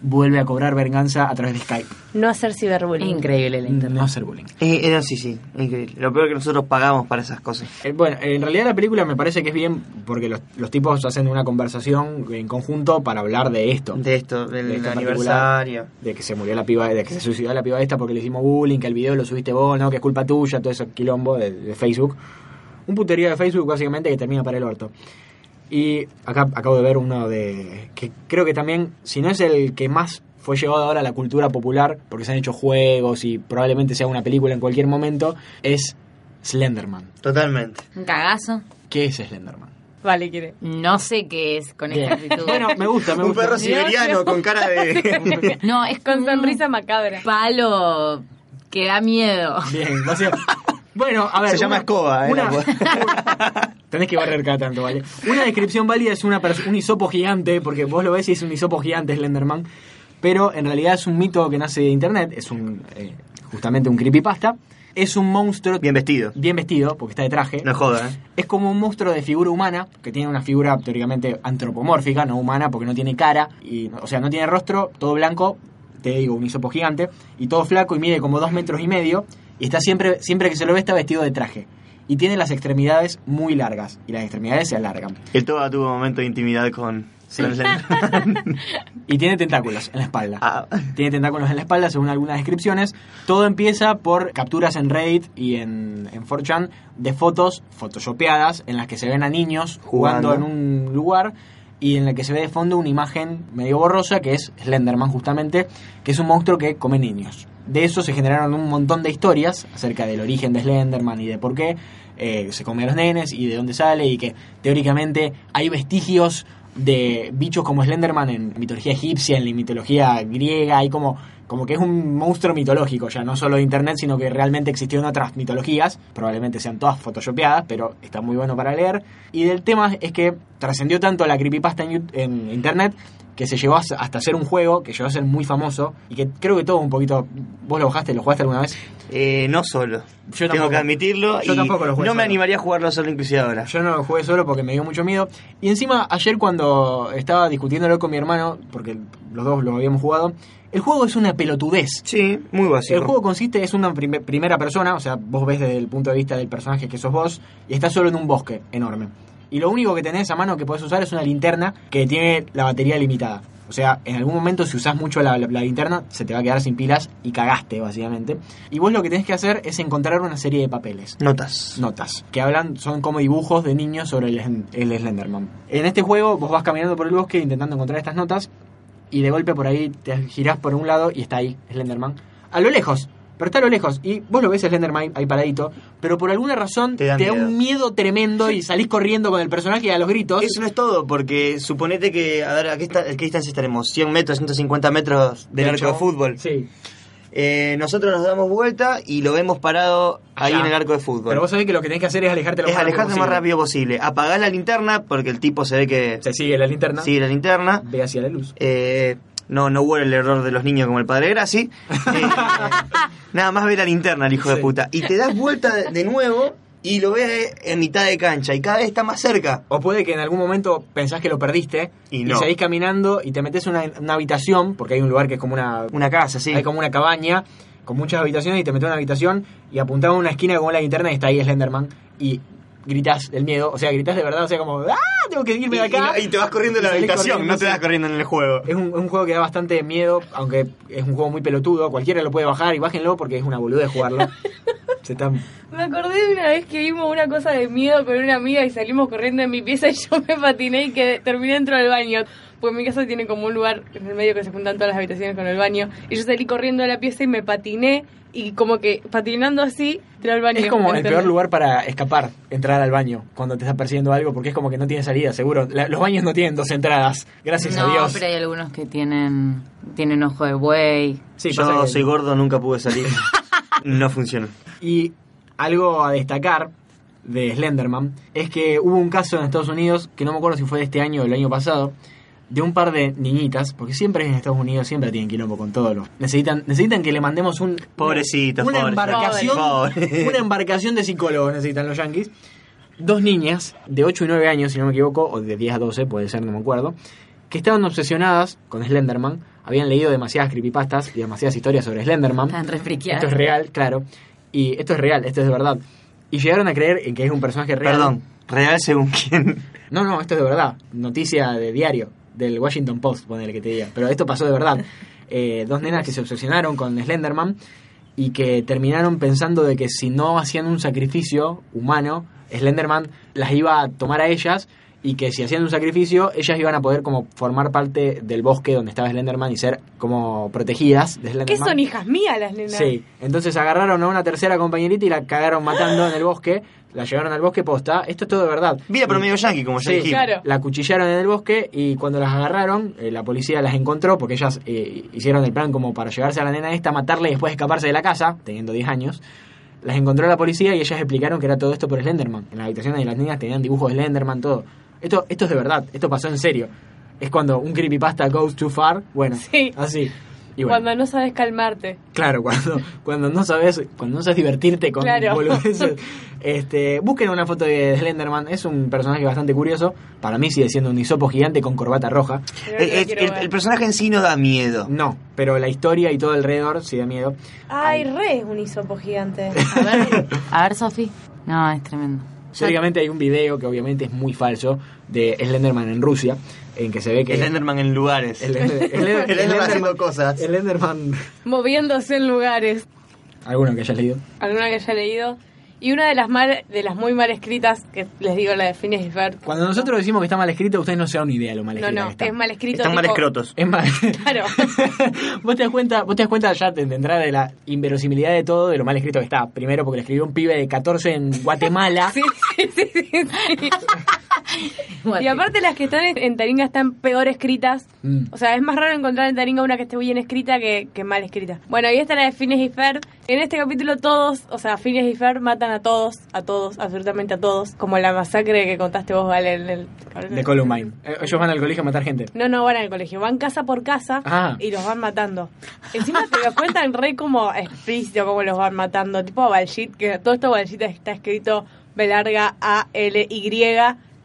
S2: vuelve a cobrar venganza a través de Skype.
S1: No hacer ciberbullying.
S3: Increíble la internet.
S2: No hacer bullying.
S4: Eh, eh, sí, sí, increíble. Lo peor que nosotros pagamos para esas cosas.
S2: Eh, bueno, en realidad la película me parece que es bien porque los, los tipos hacen una conversación en conjunto para hablar de esto.
S4: De esto, del
S2: De esto en
S4: aniversario.
S2: de que se murió la piba, de que se suicidó la piba esta porque le hicimos bullying, que el video lo subiste vos, no, que es culpa tuya, todo ese quilombo de, de Facebook. Un puterío de Facebook básicamente que termina para el orto. Y acá acabo de ver uno de que creo que también, si no es el que más fue llevado ahora a la cultura popular, porque se han hecho juegos y probablemente sea una película en cualquier momento, es Slenderman.
S4: Totalmente.
S3: Un cagazo.
S2: ¿Qué es Slenderman?
S1: Vale, quiere.
S3: No sé qué es con esta
S2: Bien.
S3: actitud.
S2: Bueno, me gusta, me
S4: Un
S2: gusta.
S4: perro siberiano con cara de...
S3: no, es
S1: Con
S3: como
S1: sonrisa
S3: un
S1: macabra.
S3: palo que da miedo.
S2: Bien, va a ser- Bueno, a ver.
S4: Se llama escoba, eh,
S2: una-
S4: la
S2: Tenés que barrer cada tanto, ¿vale? Una descripción válida es una pers- un hisopo gigante, porque vos lo ves y es un hisopo gigante, Slenderman. Pero en realidad es un mito que nace de internet, es un eh, justamente un creepypasta. Es un monstruo
S4: Bien vestido.
S2: bien vestido, porque está de traje.
S4: No joda, ¿eh?
S2: Es como un monstruo de figura humana, que tiene una figura teóricamente antropomórfica, no humana, porque no tiene cara, y, o sea, no tiene rostro, todo blanco, te digo, un hisopo gigante, y todo flaco y mide como dos metros y medio, y está siempre, siempre que se lo ve está vestido de traje. Y tiene las extremidades muy largas, y las extremidades se alargan.
S4: El Toba tuvo un momento de intimidad con,
S2: Sí. y tiene tentáculos en la espalda.
S4: Ah.
S2: Tiene tentáculos en la espalda, según algunas descripciones. Todo empieza por capturas en Reddit y en, en 4chan de fotos photoshopeadas en las que se ven a niños jugando,
S4: Jugando.
S2: en un lugar y en la que se ve de fondo una imagen medio borrosa que es Slenderman justamente, que es un monstruo que come niños. De eso se generaron un montón de historias acerca del origen de Slenderman y de por qué eh, se come a los nenes y de dónde sale y que teóricamente hay vestigios de bichos como Slenderman en mitología egipcia, en la mitología griega, hay como, como que es un monstruo mitológico ya, no solo de internet, sino que realmente existió en otras mitologías, probablemente sean todas photoshopeadas, pero está muy bueno para leer. Y del tema es que trascendió tanto la creepypasta en, Yout- en internet que se llevó hasta hasta hacer un juego que llegó a ser muy famoso y que creo que todo un poquito... ¿Vos lo bajaste? ¿Lo jugaste alguna vez?
S4: Eh, no solo.
S2: Yo
S4: Tengo
S2: tampoco.
S4: que admitirlo.
S2: Yo
S4: y
S2: tampoco lo jugué
S4: No me
S2: solo.
S4: animaría a jugarlo solo, inclusive ahora.
S2: Yo no lo jugué solo porque me dio mucho miedo. Y encima, ayer cuando estaba discutiéndolo con mi hermano, porque los dos lo habíamos jugado, el juego es una pelotudez.
S4: Sí, muy básico.
S2: El juego consiste, es una prim- primera persona, o sea, vos ves desde el punto de vista del personaje que sos vos, y estás solo en un bosque enorme. Y lo único que tenés a mano que podés usar es una linterna que tiene la batería limitada. O sea, en algún momento si usás mucho la, la- la linterna, se te va a quedar sin pilas y cagaste, básicamente. Y vos lo que tenés que hacer es encontrar una serie de papeles
S4: Notas.
S2: notas que hablan son como dibujos de niños sobre el, Slen- el Slenderman. En este juego vos vas caminando por el bosque intentando encontrar estas notas y de golpe por ahí te girás por un lado y está ahí Slenderman. A lo lejos, pero está a lo lejos. Y vos lo ves a Slenderman ahí- ahí paradito, pero por alguna razón
S4: Te
S2: te da,
S4: da
S2: un miedo tremendo y salís corriendo con el personaje y a los gritos.
S4: Eso no es todo, porque suponete que, a ver, ¿a qué, esta- a qué distancia estaremos? 100 metros, 150 metros del arco de
S2: hecho,
S4: fútbol.
S2: Sí.
S4: Eh, nosotros nos damos vuelta y lo vemos parado ahí
S2: Allá.
S4: en el arco de fútbol.
S2: Pero vos sabés que lo que tenés que hacer es alejarte lo
S4: es
S2: más rápido
S4: alejarte lo más
S2: posible.
S4: rápido posible. Apagar la linterna, porque el tipo se ve que
S2: Se sigue la linterna,
S4: sigue la linterna.
S2: ve hacia la luz.
S4: Eh, no, no huele el error de los niños como el padre Graci. Eh, nada más ve la linterna, el hijo de
S2: Sí.
S4: puta. Y te das vuelta de, de nuevo y lo ves en mitad de cancha. Y cada vez está más cerca.
S2: O puede que en algún momento pensás que lo perdiste
S4: Y
S2: y,
S4: no.
S2: seguís caminando y te metes en una, una habitación, porque hay un lugar que es como una,
S4: Una casa, sí.
S2: hay como una cabaña con muchas habitaciones y te metes en una habitación y apuntás a una esquina con la linterna y está ahí Slenderman y gritás del miedo, o sea, gritás de verdad, o sea, como ¡Ah! Tengo que irme de acá.
S4: Y, y- y te vas corriendo en la
S2: Y salís
S4: habitación,
S2: corriendo,
S4: no te
S2: sí.
S4: vas corriendo en el juego.
S2: Es un, es un juego que da bastante miedo, aunque es un juego muy pelotudo, cualquiera lo puede bajar y bájenlo porque es una boludez jugarlo. Se está...
S1: Me acordé de una vez que vimos una cosa de miedo con una amiga y salimos corriendo de mi pieza y yo me patiné y que terminé dentro del baño. Porque mi casa tiene como un lugar en el medio que se juntan todas las habitaciones con el baño. Y yo salí corriendo de la pieza y me patiné y como que patinando así, entré al baño.
S2: Es como el
S1: Entré-
S2: peor lugar para escapar, entrar al baño cuando te está persiguiendo algo, porque es como que no tiene salida, seguro. La- los baños no tienen dos entradas, gracias
S3: no,
S2: a Dios.
S3: pero hay algunos que tienen, tienen ojo de buey.
S2: Sí, pasa
S4: Yo
S2: que-
S4: soy gordo, nunca pude salir. no funcionó.
S2: Y algo a destacar de Slenderman es que hubo un caso en Estados Unidos, que no me acuerdo si fue de este año o del año pasado, de un par de niñitas, porque siempre en Estados Unidos siempre tienen quilombo con todo. Lo, necesitan, necesitan que le mandemos un...
S4: Pobrecitos,
S2: Una
S4: pobres.
S2: embarcación,
S4: Pobres.
S2: una embarcación de psicólogos necesitan los yanquis. Dos niñas de 8 y 9 años, si no me equivoco, o de 10 a 12, puede ser, no me acuerdo, que estaban obsesionadas con Slenderman, habían leído demasiadas creepypastas y demasiadas historias sobre Slenderman.
S3: Están refriqueados.
S2: Esto es real, claro. Y esto es real, esto es de verdad. Y llegaron a creer en que es un personaje real.
S4: Perdón, real según quién.
S2: No, no, esto es de verdad. Noticia de diario, del Washington Post, ponele que te diga. Pero esto pasó de verdad. Eh, dos nenas que se obsesionaron con Slenderman y que terminaron pensando de que si no hacían un sacrificio humano, Slenderman las iba a tomar a ellas y que si hacían un sacrificio, ellas iban a poder como formar parte del bosque donde estaba Slenderman y ser como protegidas de Slenderman.
S1: ¿Qué son hijas mías las nenas?
S2: Sí, entonces agarraron a una tercera compañerita y la cagaron matando en el bosque, la llevaron al bosque posta, esto es todo de verdad.
S4: Vida
S2: Y-
S4: promedio yankee, como ya
S2: Sí,
S4: dijimos. Eh,
S1: claro.
S2: La cuchillaron en el bosque y cuando las agarraron, eh, la policía las encontró porque ellas eh, hicieron el plan como para llevarse a la nena esta, matarla y después escaparse de la casa, teniendo 10 años. Las encontró la policía y ellas explicaron que era todo esto por Slenderman. En las habitaciones de las niñas tenían dibujos de Slenderman, todo. Esto, esto es de verdad, esto pasó en serio. Es cuando un creepypasta goes too far, bueno,
S1: Sí.
S2: así. Y bueno.
S1: Cuando no sabes calmarte.
S2: Claro, cuando, cuando no sabes, cuando no sabes divertirte con
S1: Claro.
S2: boludeces. Este, busquen una foto de Slenderman, es un personaje bastante curioso. Para mí sigue siendo un hisopo gigante con corbata roja.
S1: Creo
S4: El,
S1: que la
S4: el-
S1: quiero
S4: eh, el-
S1: ver.
S4: el personaje en sí no da miedo.
S2: No, pero la historia y todo alrededor sí da miedo.
S1: Ay, re es un hisopo gigante.
S3: A ver, a ver, Sofi. No, es tremendo.
S2: Teóricamente hay un video que obviamente es muy falso de Slenderman en Rusia, en que se ve que...
S4: El Enderman en lugares.
S2: el Ender- el Ender-
S4: El Enderman haciendo cosas.
S2: El Enderman...
S1: Moviéndose en lugares.
S2: Alguno que hayas leído.
S1: Alguna que haya leído. Y una de las mal, de las muy mal escritas, que les digo la de Phineas y Ferb.
S2: Cuando nosotros decimos que está mal escrito, ustedes no se dan una idea de lo mal
S1: No,
S2: escrito
S1: no, es mal escrito.
S4: Están mal
S1: tipo-
S4: escrotos.
S2: Es mal.
S1: Claro.
S2: vos te das cuenta, vos te das cuenta ya de, de entrada de la inverosimilidad de todo, de lo mal escrito que está. Primero porque lo escribió un pibe de 14 en Guatemala.
S1: Sí, sí, sí, sí, sí. Y aparte las que están en, en Taringa están peor escritas.
S2: Mm.
S1: O sea, es más raro encontrar en Taringa una que esté bien escrita que, que mal escrita. Bueno, y esta era de Fines y Fer. En este capítulo todos, o sea, Fines y Fer matan a todos, a todos, absolutamente a todos. Como la masacre que contaste vos, Vale, en el...
S2: De Columbine. Eh, Ellos van al colegio a matar gente.
S1: No, no van al colegio, van casa por casa
S2: Ah.
S1: y los van matando. Encima te lo cuentan re como explícito cómo los van matando, tipo Baljit, que todo esto Baljit está escrito B larga A L Y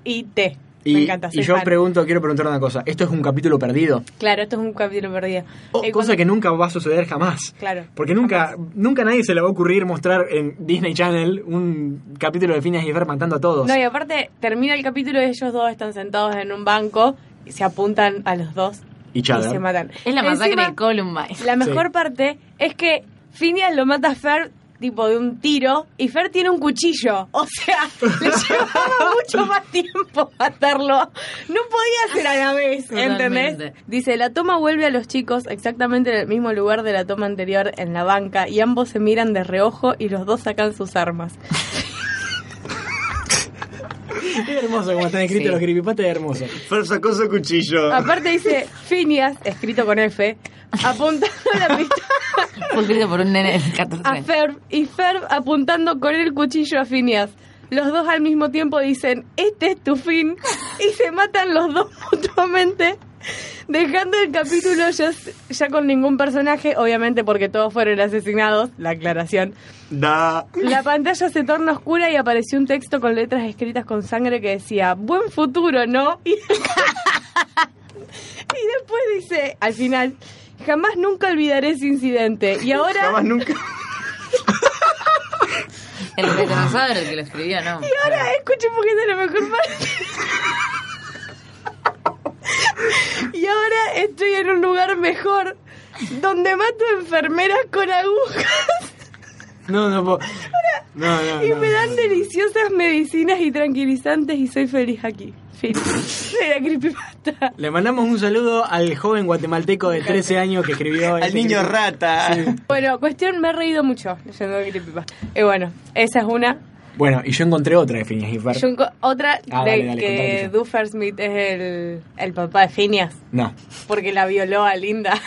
S1: y T.
S2: Y,
S1: Me encanta.
S2: y
S1: soy
S2: yo
S1: fan.
S2: pregunto, quiero preguntar una cosa. ¿Esto es un capítulo perdido?
S1: Claro, esto es un capítulo perdido.
S2: Oh,
S1: Eh,
S2: cosa
S1: cuando-
S2: que nunca va a suceder jamás.
S1: Claro.
S2: Porque nunca, nunca nadie se le va a ocurrir mostrar en Disney Channel un capítulo de Phineas y Ferb matando a todos.
S1: No, y aparte termina el capítulo y ellos dos están sentados en un banco y se apuntan a los dos
S2: Y Chadder.
S1: y se matan.
S3: Es la masacre
S1: Encima-
S3: de Columbine.
S1: La mejor
S2: Sí.
S1: parte es que Phineas lo mata a Fer tipo de un tiro y Fer tiene un cuchillo. O sea, le llevaba mucho más tiempo matarlo. No podía ser a la vez, ¿entendés?
S3: Totalmente.
S1: Dice, la toma vuelve a los chicos exactamente en el mismo lugar de la toma anterior en la banca y ambos se miran de reojo y los dos sacan sus armas.
S2: Es hermoso como están escritos
S3: Sí.
S2: los creepypastas, es hermoso.
S4: Fer sacó su cuchillo.
S1: Aparte dice, Phineas, escrito con F, apuntando la pistola
S3: Fue escrito por un nene de
S1: a
S3: 14.
S1: Ferb y Ferb apuntando con el cuchillo a Phineas. Los dos al mismo tiempo dicen, este es tu fin, y se matan los dos mutuamente, dejando el capítulo ya, ya con ningún personaje, obviamente porque todos fueron asesinados, la aclaración.
S4: Da.
S1: La pantalla se torna oscura y apareció un texto con letras escritas con sangre que decía, buen futuro, ¿no? Y, y después dice, al final, jamás nunca olvidaré ese incidente. Y ahora...
S4: Jamás nunca.
S3: El retrasado era el que lo escribió, ¿no?
S1: Y ahora escuchen porque es la mejor parte. Y ahora estoy en un lugar mejor donde mato enfermeras con agujas
S2: No, no puedo. No, no,
S1: y
S2: Ah, no,
S1: me
S2: no.
S1: dan deliciosas medicinas y tranquilizantes y soy feliz aquí. Fin. Era creepypasta.
S2: Le mandamos un saludo al joven guatemalteco de 13 años que escribió...
S4: Al
S2: ese
S4: niño
S2: creepy-
S4: rata.
S1: Bueno, cuestión, me he reído mucho leyendo creepypasta. Y bueno, esa es una.
S2: Bueno, y yo encontré otra de Phineas y Ferb.
S1: Yo enco- otra
S2: Ah,
S1: de
S2: dale, dale, contá,
S1: que
S2: contá.
S1: Duffer Smith es el, el papá de Phineas
S2: No.
S1: porque la violó a Linda.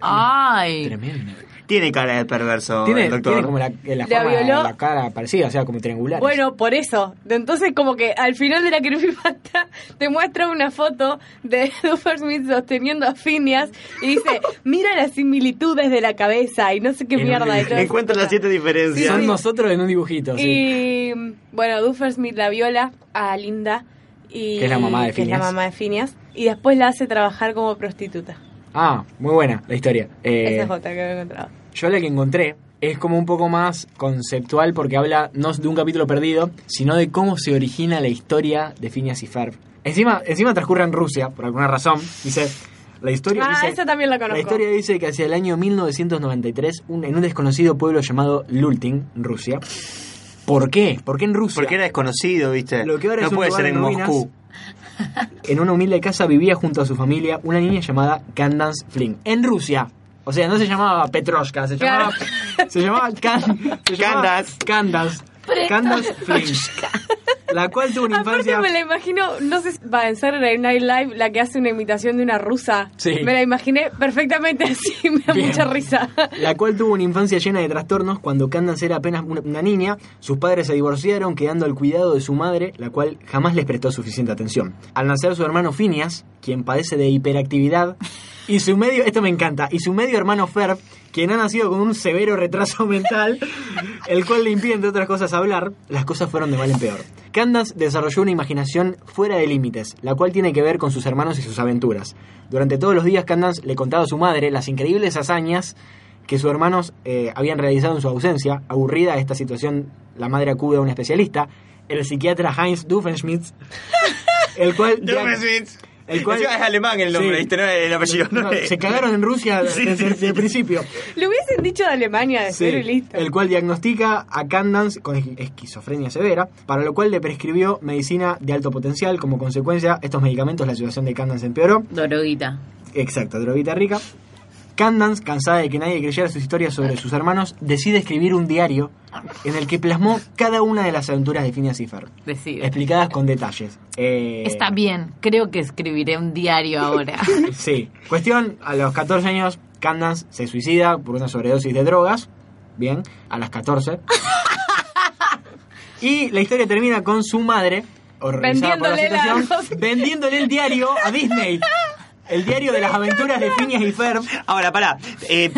S3: Ay.
S2: Tremendo.
S4: Tiene cara de perverso.
S2: Tiene,
S4: el doctor.
S2: tiene como la, eh,
S1: La
S2: la forma,
S1: violó.
S2: la cara parecida, o sea, como triangular.
S1: Bueno, por eso. Entonces, como que al final de la creepypasta te muestra una foto de Duffer Smith sosteniendo a Phineas y dice, mira las similitudes de la cabeza y no sé qué
S2: En un
S1: mierda. y todo eso.
S4: Encuentra las siete diferencias.
S2: Son nosotros en un dibujito, sí.
S1: Y bueno, Duffer Smith la viola a Linda y
S2: Que es la mamá de
S1: que es la
S2: Phineas.
S1: mamá de Phineas, y después la hace trabajar como prostituta.
S2: Ah, muy buena la historia. Eh,
S1: Esa es otra que había encontrado.
S2: Yo la que encontré es como un poco más conceptual porque habla no de un capítulo perdido, sino de cómo se origina la historia de Phineas y Ferb. Encima, encima transcurre en Rusia, por alguna razón. Dice, la historia
S1: Ah,
S2: dice-
S1: esa también la conozco.
S2: La historia dice que hacia el año 1993, un- en un desconocido pueblo llamado Lultin, Rusia. ¿Por qué? ¿Por qué en Rusia?
S4: Porque era desconocido, ¿viste?
S2: Lo que ahora
S4: no
S2: es un
S4: puede
S2: lugar
S4: ser en
S2: en ruinas.
S4: Moscú.
S2: En una humilde casa vivía junto a su familia una niña llamada Candance Flynn. En Rusia. O sea, no se llamaba Petroshka, se llamaba. Se llamaba, Can- se llamaba
S4: Candace.
S2: Candace. Candace Flynn. La cual tuvo una
S1: Aparte
S2: infancia.
S1: me la imagino, no sé, si va en Saturday Night Live la que hace una imitación de una rusa.
S2: Sí.
S1: Me la imaginé perfectamente así, me da
S2: Bien.
S1: mucha risa.
S2: La cual tuvo una infancia llena de trastornos cuando Candace era apenas una, una niña, sus padres se divorciaron quedando al cuidado de su madre, la cual jamás les prestó suficiente atención. Al nacer su hermano Phineas, quien padece de hiperactividad, y su medio, esto me encanta, y su medio hermano Ferb, quien ha nacido con un severo retraso mental, el cual le impide, entre otras cosas, hablar, las cosas fueron de mal en peor. Candace desarrolló una imaginación fuera de límites, la cual tiene que ver con sus hermanos y sus aventuras. Durante todos los días, Candace le contaba a su madre las increíbles hazañas que sus hermanos eh, habían realizado en su ausencia. Aburrida de esta situación, la madre acude a un especialista, el psiquiatra Heinz Doofenshmirtz, el cual, dia-
S4: Smith.
S2: El cual-
S4: Encima es alemán el nombre,
S2: Sí.
S4: ¿viste? No, el apellido. ¿no?
S2: No, se cagaron en Rusia
S4: Sí,
S2: desde,
S4: sí,
S2: desde el principio.
S1: Le hubiesen dicho de Alemania de
S2: Sí,
S1: cero y listo.
S2: el cual diagnostica a Candance con esqui- esquizofrenia severa, para lo cual le prescribió medicina de alto potencial. Como consecuencia, estos medicamentos, la situación de Candance empeoró.
S3: Doroguita.
S2: Exacto, droguita rica. Candance, cansada de que nadie creyera sus historias sobre sus hermanos, decide escribir un diario en el que plasmó cada una de las aventuras de Phineas y Ferb,
S3: Decide.
S2: explicadas con detalles. Eh,
S3: Está bien, creo que escribiré un diario ahora.
S2: Sí. Cuestión, a los 14 años, Candace se suicida por una sobredosis de drogas. Bien, a las 14. y la historia termina con su madre, horrorizada por la
S1: Vendiéndole la
S2: situación,
S1: cosa.
S2: vendiéndole el diario a Disney. El diario de las aventuras de Phineas y Ferb.
S4: Ahora, pará. Eh,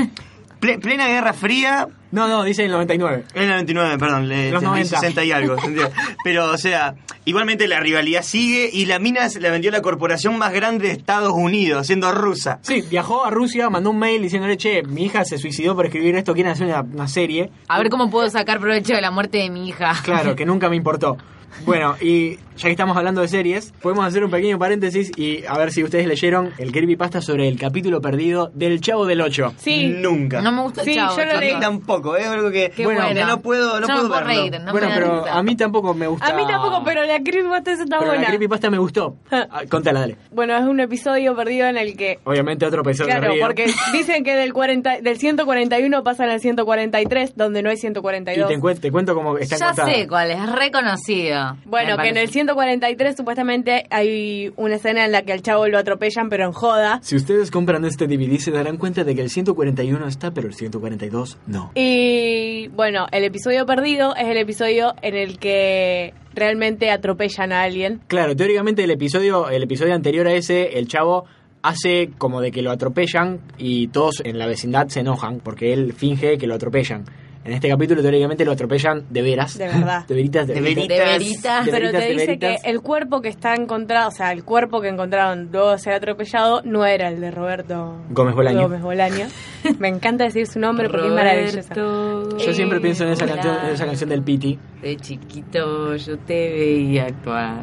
S4: ple- plena Guerra Fría.
S2: No, no, dice el 99.
S4: En el 99, perdón, le,
S2: Los
S4: le-
S2: 90.
S4: 60 y algo. ¿entendió? Pero, o sea, igualmente la rivalidad sigue y la mina se la vendió a la corporación más grande de Estados Unidos, siendo rusa.
S2: Sí, viajó a Rusia, mandó un mail diciéndole, che, mi hija se suicidó por escribir esto, quieren hacer una- una serie.
S3: A ver cómo puedo sacar provecho de la muerte de mi hija.
S2: Claro, que nunca me importó. Bueno, y ya que estamos hablando de series, podemos hacer un pequeño paréntesis y a ver si ustedes leyeron el creepypasta sobre el capítulo perdido del Chavo del 8.
S1: Sí.
S4: Nunca.
S3: No me gusta
S1: Sí,
S3: Chavo,
S1: yo lo
S4: a
S3: chicos.
S4: mí
S1: leí.
S4: tampoco, es algo que.
S3: Qué
S2: Bueno,
S3: bueno.
S4: no puedo,
S3: Yo
S4: no puedo
S3: me puedo
S4: verlo.
S3: reír, no
S2: bueno,
S3: me da
S2: pero
S3: risa.
S2: a mí tampoco me gusta.
S1: A mí tampoco, pero la creepypasta esa está
S2: Pero
S1: buena.
S2: la creepypasta me gustó. Ah, Contala, dale.
S1: Bueno, es un episodio perdido en el que
S2: Obviamente otro episodio
S1: Claro,
S2: perdido.
S1: porque dicen que del 40, del 141 pasan al 143, donde no hay
S2: Y
S1: 142.
S2: te, cuen- te cuento cómo está
S3: Ya
S2: contada.
S3: sé cuál es, reconocido.
S1: bueno,
S3: Me
S1: que en el
S3: parece.
S1: 143 supuestamente hay una escena en la que al chavo lo atropellan, pero en joda.
S2: Si ustedes compran este DVD se darán cuenta de que el 141 está, pero el 142 no.
S1: Y bueno, el episodio perdido es el episodio en el que realmente atropellan a alguien.
S2: Claro, teóricamente el episodio, el episodio anterior a ese, el chavo hace como de que lo atropellan y todos en la vecindad se enojan porque él finge que lo atropellan. En este capítulo teóricamente lo atropellan de veras.
S1: De verdad.
S2: De veritas, de,
S4: De
S2: veritas.
S4: veritas.
S3: De veritas.
S2: De
S1: Ah, Pero te
S2: veritas, de
S1: dice que
S2: veritas.
S1: el cuerpo que está encontrado, o sea, el cuerpo que encontraron luego de ser atropellado, no era el de Roberto
S2: Gómez Bolaño.
S1: Gómez Bolaño. Me encanta decir su nombre porque es maravilloso.
S3: Roberto,
S2: Yo siempre pienso en esa
S3: hola.
S2: canción, en esa canción del Piti.
S3: De chiquito yo te veía actuar.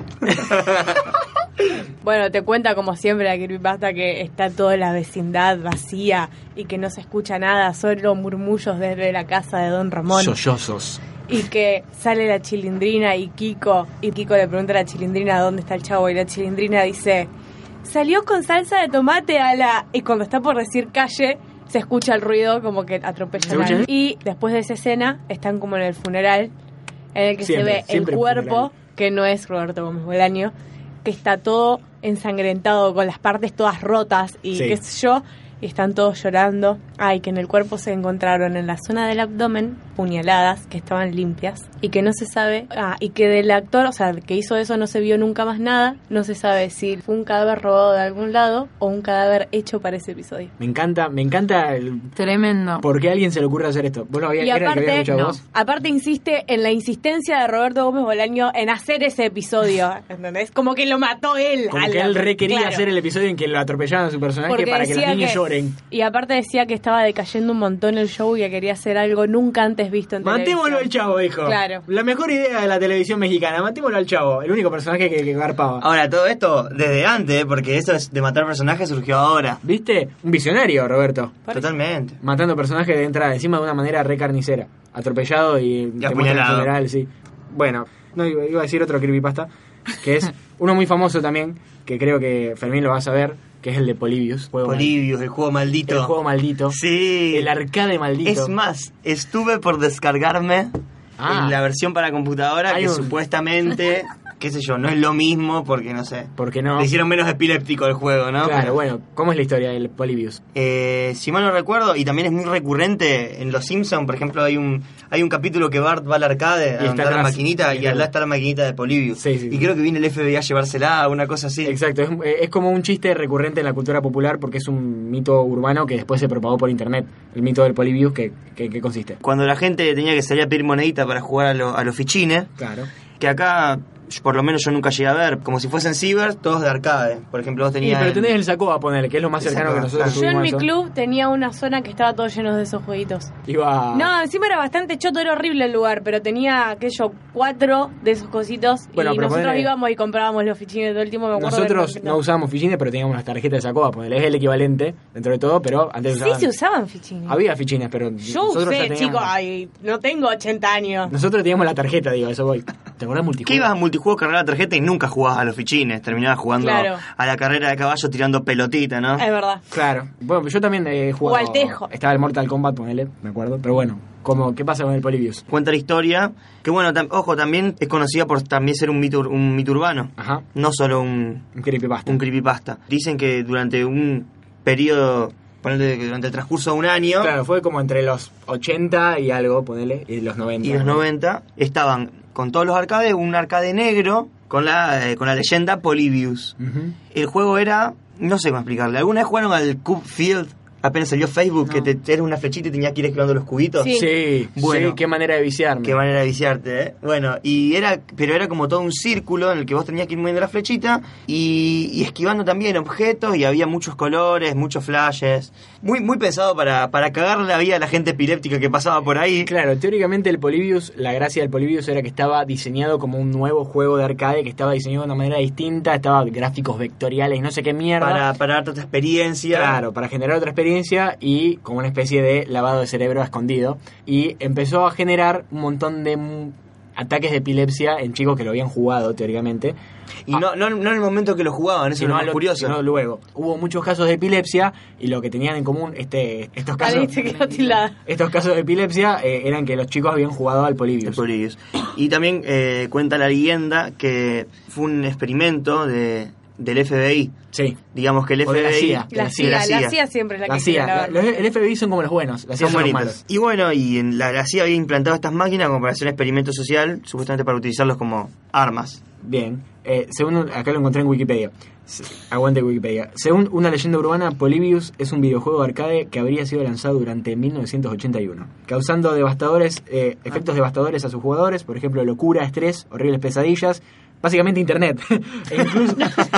S1: Bueno, te cuenta como siempre la creepypasta que está toda la vecindad vacía y que no se escucha nada, solo murmullos desde la casa de Don Ramón.
S2: Sollozos.
S1: Y que sale la chilindrina y Kiko, y Kiko le pregunta a la chilindrina dónde está el chavo y la chilindrina dice, salió con salsa de tomate a la... Y cuando está por decir calle, se escucha el ruido como que
S2: ¿Se
S1: atropellan a
S2: escucha?
S1: alguien. Y después de esa escena, están como en el funeral, en el que
S2: Siempre,
S1: se ve el
S2: siempre
S1: cuerpo,
S2: funeral.
S1: que no es Roberto Gómez Bolaño, que está todo ensangrentado, con las partes todas rotas y
S2: Sí.
S1: qué sé yo. Y están todos llorando. Ay, que en el cuerpo se encontraron en la zona del abdomen puñaladas que estaban limpias y que no se sabe. Ah, y que del actor, o sea, el que hizo eso no se vio nunca más nada. No se sabe si fue un cadáver robado de algún lado o un cadáver hecho para ese episodio.
S2: Me encanta, me encanta el
S3: Tremendo.
S2: por qué a alguien se le ocurre hacer esto. Vos lo habías,
S1: Y
S2: era el que habías
S1: aparte,
S2: escuchado
S3: no.
S2: vos.
S1: aparte insiste en la insistencia de Roberto Gómez Bolaño en hacer ese episodio, ¿entendés? Como que lo mató él.
S2: Como
S1: a
S2: que
S1: la-
S2: él re quería
S1: Claro.
S2: hacer el episodio en que lo atropellaban a su personaje
S1: Porque
S2: para que los
S1: decía
S2: niños
S1: que-
S2: lloren.
S1: Y aparte decía que estaba decayendo un montón el show y que quería hacer algo nunca antes visto en
S2: Matémoslo al
S1: televisión.
S2: chavo, dijo.
S1: Claro.
S2: La mejor idea de la televisión mexicana. Matémoslo al chavo. El único personaje que, que garpaba.
S4: Ahora, todo esto desde antes, ¿eh? porque eso es de matar personajes surgió ahora.
S2: ¿Viste? Un visionario, Roberto.
S1: Por-
S4: Totalmente.
S2: Matando personajes de entrada, encima de una manera re carnicera. Atropellado y, te muestran el
S4: apuñalado.
S2: funeral, sí. Bueno, no iba iba a decir otro creepypasta, que es uno muy famoso también, que creo que Fermín lo va a saber, que es el de Polibius. Juego
S4: Polibius, el juego
S2: mal-
S4: maldito.
S2: El juego maldito.
S4: Sí.
S2: El arcade maldito.
S4: Es más, estuve por descargarme
S2: Ah.
S4: en la versión para computadora
S2: Hay
S4: que
S2: un-
S4: supuestamente, qué sé yo, no es lo mismo porque no sé.
S2: ¿Por qué no?
S4: Le hicieron menos epiléptico el juego, ¿no?
S2: Claro,
S4: Pero-
S2: bueno, ¿cómo es la historia del Polibius?
S4: Eh, si mal no recuerdo, y también es muy recurrente en Los Simpsons, por ejemplo, hay un hay un capítulo que Bart va al arcade, a
S2: está
S4: montar la
S2: atrás.
S4: maquinita, y al lado está la maquinita de Polibius.
S2: Sí, sí,
S4: y
S2: sí.
S4: creo que viene el FBI a llevársela, una cosa así.
S2: Exacto, es, es como un chiste recurrente en la cultura popular porque es un mito urbano que después se propagó por internet, el mito del Polybius que, que, que consiste.
S4: Cuando la gente tenía que salir a pedir monedita para jugar a, lo- a los fichines,
S2: Claro.
S4: que acá por lo menos yo nunca llegué a ver. Como si fuesen ciber, todos de arcade. Por ejemplo, vos
S2: Y,
S4: tenías.
S2: pero
S4: el-
S2: tenés el Sacoa, ponele, que es lo más
S4: El
S2: cercano que
S4: Sacoa,
S2: nosotros
S4: claro.
S1: Yo en
S2: tuvimos
S1: mi
S2: eso.
S1: club tenía una zona que estaba todo lleno de esos jueguitos.
S2: Iba...
S1: No, encima era bastante choto, era horrible el lugar, pero tenía, qué sé yo, cuatro de esos cositos
S2: Bueno,
S1: y
S2: pero
S1: nosotros
S2: ponele-
S1: íbamos y comprábamos los fichines todo el tiempo. Me acuerdo
S2: Nosotros
S1: de-
S2: no usábamos fichines, pero teníamos las tarjetas de Sacoa, ponele, es el equivalente dentro de todo, pero antes
S1: Sí
S2: usaban-
S1: se usaban fichines.
S2: Había fichines, pero
S1: Yo
S2: nosotros ya
S1: usé,
S2: teníamos-
S1: chicos, ah. ay, no tengo 80 años.
S2: Nosotros teníamos la tarjeta, digo, a eso voy. ¿Te acordás multijugador?
S4: Que ibas a multijuegos, cargar la tarjeta y nunca jugabas a los fichines. Terminabas jugando
S1: Claro.
S4: a la carrera de caballo tirando pelotita, ¿no?
S1: Es verdad.
S2: Claro. Bueno, yo también eh, jugaba.
S1: O al tejo.
S2: Estaba el Mortal Kombat, ponele, me acuerdo. Pero bueno, como, ¿qué pasa con el Polybius?
S4: Cuenta la historia. Que bueno, tam- ojo, también es conocida por también ser un mito, ur- un mito urbano.
S2: Ajá.
S4: No solo un,
S2: Un creepypasta.
S4: un creepypasta. Dicen que durante un periodo, ponele que durante el transcurso de un año
S2: Claro, fue como entre los 80 y algo, ponele, y los 90.
S4: y los
S2: ponele.
S4: 90, estaban con todos los arcades un arcade negro con la, eh, con la leyenda Polybius.
S2: Ujú.
S4: El juego era, no sé cómo explicarle, ¿alguna vez jugaron al Cube Field? Apenas salió Facebook, que te, te era una flechita y tenías que ir esquivando los cubitos.
S1: Sí.
S2: Sí,
S4: Bueno.
S2: sí, qué manera de viciarme.
S4: Qué manera de viciarte, ¿eh? Bueno, y era, pero era como todo un círculo en el que vos tenías que ir moviendo la flechita y, y esquivando también objetos y había muchos colores, muchos flashes. Muy, muy pensado para, para cagar la vida a la gente epiléptica que pasaba por ahí.
S2: Claro, teóricamente el Polybius, la gracia del Polybius era que estaba diseñado como un nuevo juego de arcade, que estaba diseñado de una manera distinta, estaba gráficos vectoriales, no sé qué mierda.
S4: Para, para darte otra experiencia.
S2: Claro, para generar otra experiencia y como una especie de lavado de cerebro escondido. Y empezó a generar un montón de mm, ataques de epilepsia en chicos que lo habían jugado teóricamente.
S4: Y no, no, no en el momento que lo jugaban, eso es lo
S2: a
S4: más
S2: lo-
S4: curioso.
S2: sino luego. Hubo muchos casos de epilepsia y lo que tenían en común este, estos
S1: Ah,
S2: casos...
S1: viste que no tilda.
S2: Estos casos de epilepsia eh, eran que los chicos habían jugado al
S4: El
S2: Polybius.
S4: Polybius. Y también eh, cuenta la leyenda que fue un experimento de, del FBI.
S2: Sí.
S4: Digamos que el
S2: O de la
S4: FBI.
S2: CIA.
S1: La
S4: de
S1: CIA, la CIA siempre es la,
S2: La
S1: que
S2: CIA.
S1: quiere la
S2: Los- el FBI son como los buenos. La CIA
S4: Son
S2: son los
S4: bonitos.
S2: malos.
S4: Y bueno, y en la, la CIA había implantado estas máquinas como para hacer un experimento social, supuestamente para utilizarlos como armas.
S2: Bien. Eh, según acá lo encontré en Wikipedia. Se- Aguante Wikipedia. Según una leyenda urbana, Polybius es un videojuego de arcade que habría sido lanzado durante 1981, causando devastadores, eh, efectos devastadores a sus jugadores, por ejemplo, locura, estrés, horribles pesadillas, básicamente internet, e, incluso,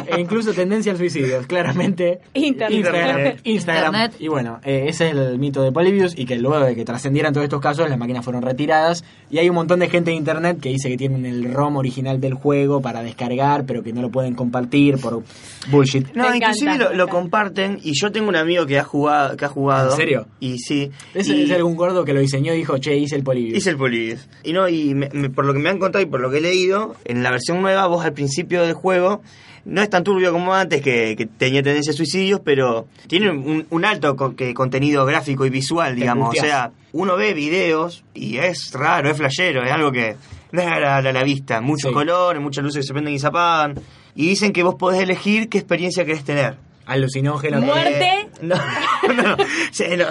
S2: e incluso tendencia al suicidio, claramente.
S1: Internet.
S2: Instagram. Instagram.
S3: Internet.
S2: Y bueno, eh, ese es el mito de Polybius y que luego de que trascendieran todos estos casos, las máquinas fueron retiradas y hay un montón de gente de internet que dice que tienen el ROM original del juego para descargar, pero que no lo pueden compartir por bullshit.
S4: No,
S1: Me
S4: inclusive
S1: encanta,
S4: lo,
S1: me
S4: lo
S1: encanta.
S4: comparten y yo tengo un amigo que ha jugado. Que ha jugado
S2: ¿En serio?
S4: Y sí.
S2: Es,
S4: y-
S2: es algún gordo que lo diseñó y dijo, che, hice el Polybius.
S4: Hice el Polybius. Y no, y me- me- por lo que me han contado y por lo que he leído, en la versión nueva, vos al principio del juego, no es tan turbio como antes, que, que tenía tendencia a suicidios, pero tiene un, un alto co- que contenido gráfico y visual,
S2: Te
S4: digamos. O
S2: angustias.
S4: sea, uno ve videos y es raro, es flashero, es algo que no es agradable a la vista. Muchos
S2: Sí.
S4: colores, muchas luces que se prenden y se apagan. Y dicen que vos podés elegir qué experiencia querés tener.
S2: Alucinógeno.
S1: Muerte.
S4: Eh, no, no, sí, no,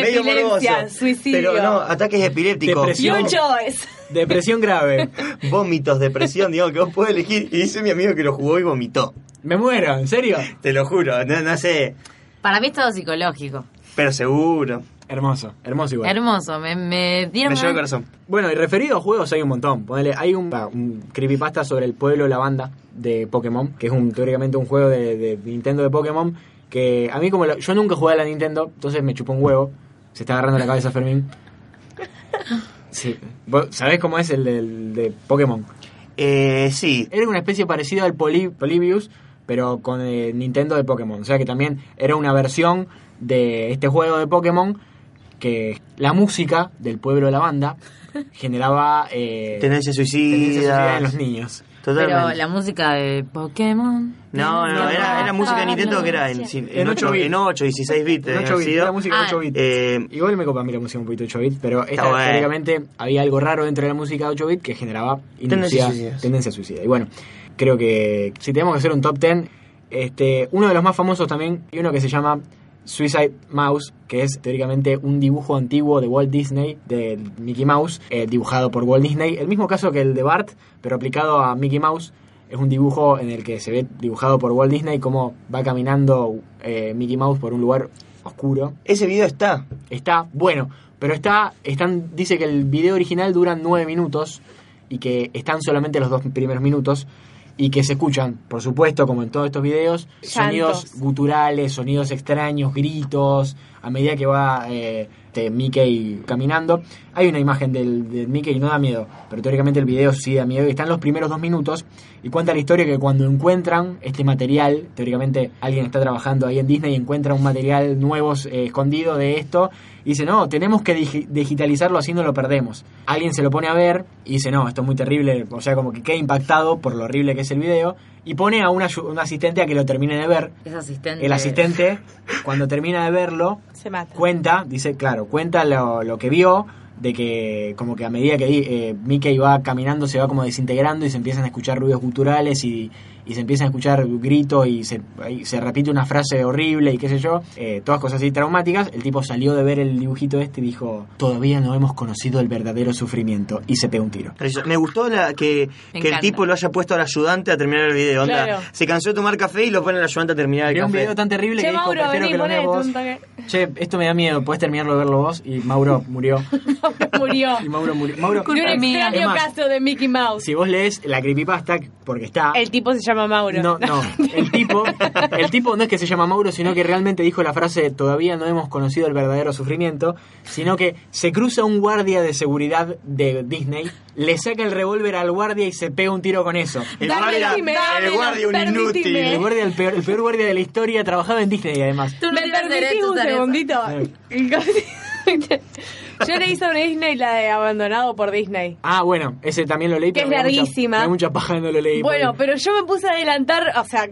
S4: medio
S1: Epilepsia,
S4: morboso.
S1: suicidio.
S4: Pero no, ataques epilépticos.
S1: Y un
S2: Depresión.
S1: choice.
S2: Depresión grave.
S4: vómitos, depresión, digo, que vos podés elegir. Y dice mi amigo que lo jugó y vomitó.
S2: Me muero, ¿en serio?
S4: Te lo juro, no, no sé,
S3: Para mí es todo psicológico.
S4: pero seguro.
S2: Hermoso, hermoso igual.
S3: Hermoso, me, me dieron
S4: Me llevó el
S3: ganas-
S4: corazón.
S2: Bueno, y referido a juegos hay un montón. Ponele, hay un, un creepypasta sobre el pueblo lavanda de Pokémon, que es un, teóricamente un juego de, de Nintendo de Pokémon, que a mí como lo- yo nunca jugué a la Nintendo, entonces me chupó un huevo. Se está agarrando la cabeza Fermín. Sí. ¿Vos sabés cómo es el del- de, Pokémon?
S4: Eh, sí.
S2: Era una especie parecida al Poly, Polybius, pero con eh, Nintendo de Pokémon. O sea que también era una versión de este juego de Pokémon que la música del pueblo de la banda generaba... eh, tendencia
S4: Tendencia
S2: suicida
S4: suicida.
S2: en los niños.
S3: Pero
S4: Totalmente.
S3: la Ah, música de Pokémon.
S4: No, no, era, era música de Nintendo que era en,
S2: En ocho
S4: 8,
S2: bits.
S4: en 8, 16 bits.
S2: En
S4: debe
S2: 8
S4: haber
S2: bits,
S4: sido.
S2: era música en
S3: Ah.
S2: 8 bits.
S4: Eh,
S2: Igual me copa a mí la música un poquito 8 bits, pero esta
S4: bueno.
S2: teóricamente había algo raro dentro de la música 8 bits que generaba
S4: Tendencias
S2: inducida-
S4: suicidas.
S2: tendencia suicida. Y bueno, creo que si tenemos que hacer un top 10, este, uno de los más famosos también, y uno que se llama Suicide Mouse, que es teóricamente un dibujo antiguo de Walt Disney, de Mickey Mouse, eh, dibujado por Walt Disney. El mismo caso que el de Bart, pero aplicado a Mickey Mouse. Es un dibujo en el que se ve dibujado por Walt Disney cómo va caminando eh, Mickey Mouse por un lugar oscuro.
S4: ese video está.
S2: Está bueno, pero está, están, dice que el video original dura 9 minutos y que están solamente los dos primeros minutos y que se escuchan, por supuesto, como en todos estos videos, sonidos
S1: Llantos.
S2: guturales, sonidos extraños, gritos, a medida que va eh, este Mickey caminando. Hay una imagen del, del Mickey y no da miedo, pero teóricamente el video sí da miedo y están los primeros dos minutos y cuenta la historia que cuando encuentran este material, teóricamente alguien está trabajando ahí en Disney y encuentra un material nuevo eh, escondido de esto, y dice, no, tenemos que digi- digitalizarlo así no lo perdemos. Alguien se lo pone a ver y dice, no, esto es muy terrible, o sea, como que queda impactado por lo horrible que es el video, y pone a un ayu- un asistente a que lo termine de ver.
S3: Es asistente.
S2: El asistente, cuando termina de verlo,
S1: Se mata.
S2: cuenta, dice, claro, cuenta lo, lo que vio, de que como que a medida que eh, Mickey va caminando se va como desintegrando y se empiezan a escuchar ruidos culturales y, y se empiezan a escuchar gritos y se, ahí se repite una frase horrible y qué sé yo, eh, todas cosas así traumáticas. El tipo salió de ver el dibujito este y dijo, todavía no hemos conocido el verdadero sufrimiento y se pegó un tiro.
S4: Precioso. Me gustó la, que,
S3: Me
S4: que el
S3: encanta.
S4: tipo lo haya puesto al ayudante a terminar el video. Onda,
S1: Claro.
S4: Se cansó de tomar café y lo pone al ayudante a terminar el
S2: Era un
S4: café.
S2: video tan
S1: Che,
S2: terrible que dijo,
S1: Mauro,
S2: "Prefiero
S1: vení,
S2: que lo vea
S1: ponete
S2: vos".
S1: un toque.
S2: Che, esto me da miedo, podés terminarlo de verlo vos y Mauro murió.
S1: Murió.
S2: Y Mauro murió. Mauro,
S1: De un
S3: Culpa mía.
S1: extraño
S2: Es más,
S1: caso de Mickey Mouse.
S2: Si vos lees la creepypasta, porque está.
S1: El tipo se llama Mauro.
S2: ah. no, no. El tipo, el tipo no es que se llama Mauro, sino que realmente dijo la frase todavía no hemos conocido el verdadero sufrimiento, sino que se cruza un guardia de seguridad de Disney, le saca el revólver al guardia y se pega un tiro con eso.
S4: El
S1: Dame,
S4: guardia,
S1: dime,
S4: el
S1: dame,
S4: guardia un
S1: permitime.
S4: inútil.
S2: El guardia, el peor, el peor guardia de la historia, trabajaba en Disney además.
S3: Tú no
S1: ¿Me
S3: tienes
S1: permitís
S3: derecho a
S1: un
S3: hacer eso.
S1: segundito?
S2: Sí.
S1: Yo leí sobre Disney la de Abandonado por Disney.
S2: Ah, bueno, ese también lo leí,
S1: Que
S2: pero
S1: es
S2: me da mucha-
S1: larguísima.
S2: me da mucha paja y no lo leí.
S1: Bueno,
S2: porque-
S1: pero yo me puse a adelantar, o sea,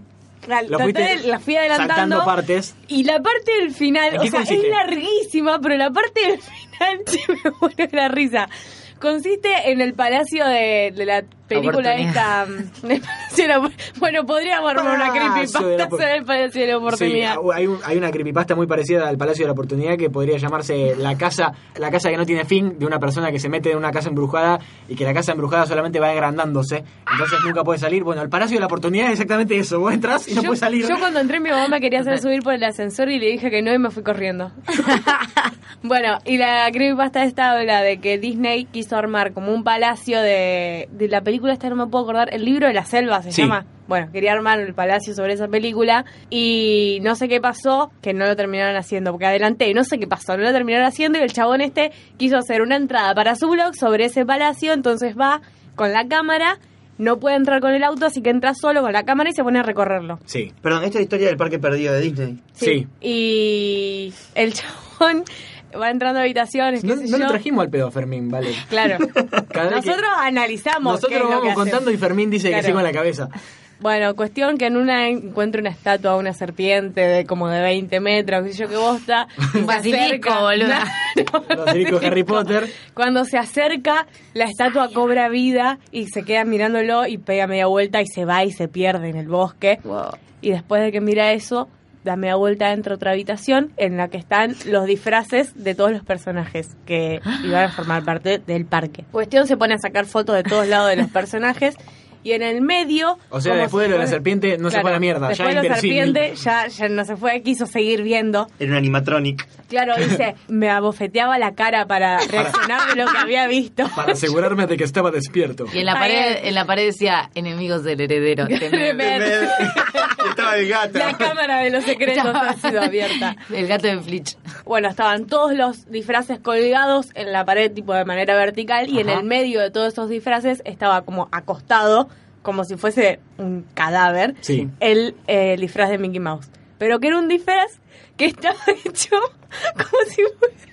S1: la,
S2: Lo
S1: traté
S2: fuiste
S1: de- la fui adelantando.
S2: saltando partes.
S1: Y la parte del final,
S2: ¿En
S1: o
S2: qué
S1: sea,
S2: consiste?
S1: es larguísima, pero la parte del final se me muere de la risa. Consiste en el palacio de, de la película esta.
S3: Oportunidad.
S1: mm, el palacio de la- bueno, podríamos armar una
S2: Palacio de
S1: creepypasta
S2: la opor-
S1: sobre el palacio de la oportunidad.
S2: Sí, ah, hay, un- hay una creepypasta muy parecida al Palacio de la Oportunidad que podría llamarse la casa, la casa que no tiene fin de una persona que se mete en una casa embrujada y que la casa embrujada solamente va agrandándose. Entonces nunca puede salir. Bueno, el Palacio de la Oportunidad es exactamente eso. Vos entras y no
S1: yo,
S2: puedes salir.
S1: yo cuando entré mi mamá me quería hacer subir por el ascensor y le dije que no y me fui corriendo. bueno, y la creepypasta esta habla de que Disney quiso armar como un palacio de, de la película esta, no me puedo acordar, el libro de la selva se
S2: Sí.
S1: llama. Bueno, quería armar el palacio sobre esa película y no sé qué pasó, que no lo terminaron haciendo, porque adelanté, no sé qué pasó, no lo terminaron haciendo y el chabón este quiso hacer una entrada para su blog sobre ese palacio, entonces va con la cámara, no puede entrar con el auto, así que entra solo con la cámara y se pone a recorrerlo.
S2: Sí.
S4: Perdón, esta es la historia del parque perdido de Disney.
S2: Sí.
S1: Y el chabón va entrando a habitaciones.
S2: No,
S1: qué sé
S2: no lo
S1: yo.
S2: trajimos al pedo, Fermín, vale.
S1: Claro.
S2: Cada vez que-
S1: Nosotros analizamos. qué es
S2: nosotros
S1: lo que
S2: vamos
S1: hacemos.
S2: contando y Fermín dice
S1: Claro.
S2: que sí con la cabeza.
S1: Bueno, cuestión que en una encuentra una estatua, una serpiente de como de 20 metros, qué sé yo qué bosta. Se
S3: Un basilisco,
S1: acerca.
S3: boluda.
S1: No, no,
S2: Los de Harry Potter.
S1: Cuando se acerca, la estatua cobra vida y se queda mirándolo y pega media vuelta y se va y se pierde en el bosque.
S3: Wow.
S1: Y después de que mira eso, da media vuelta dentro de otra habitación en la que están los disfraces de todos los personajes que iban a formar parte del parque. Cuestión se pone a sacar fotos de todos lados de los personajes y en el medio...
S2: O sea,
S1: como
S2: después
S1: si
S2: de lo de
S1: fuera-
S2: la serpiente no se
S1: Claro,
S2: fue a la mierda.
S1: Después
S2: ya
S1: de la
S2: inverosímil.
S1: serpiente ya, ya no se fue, quiso seguir viendo.
S4: Era un animatronic.
S1: Claro, dice, me abofeteaba la cara para reaccionar de lo que había visto.
S2: Para asegurarme de que estaba despierto.
S3: Y en la
S1: Ay,
S3: pared,
S1: ay.
S3: en la pared decía enemigos del heredero. temer".
S1: Ver.
S4: Estaba el gato.
S1: La cámara de los secretos ha sido abierta.
S3: El gato de Flitch.
S1: Bueno, estaban todos los disfraces colgados en la pared, tipo de manera vertical, y en
S3: Ajá.
S1: el medio de todos esos disfraces estaba como acostado, como si fuese un cadáver,
S2: Sí.
S1: el, eh, disfraz de Mickey Mouse. Pero que era un disfraz que estaba hecho como si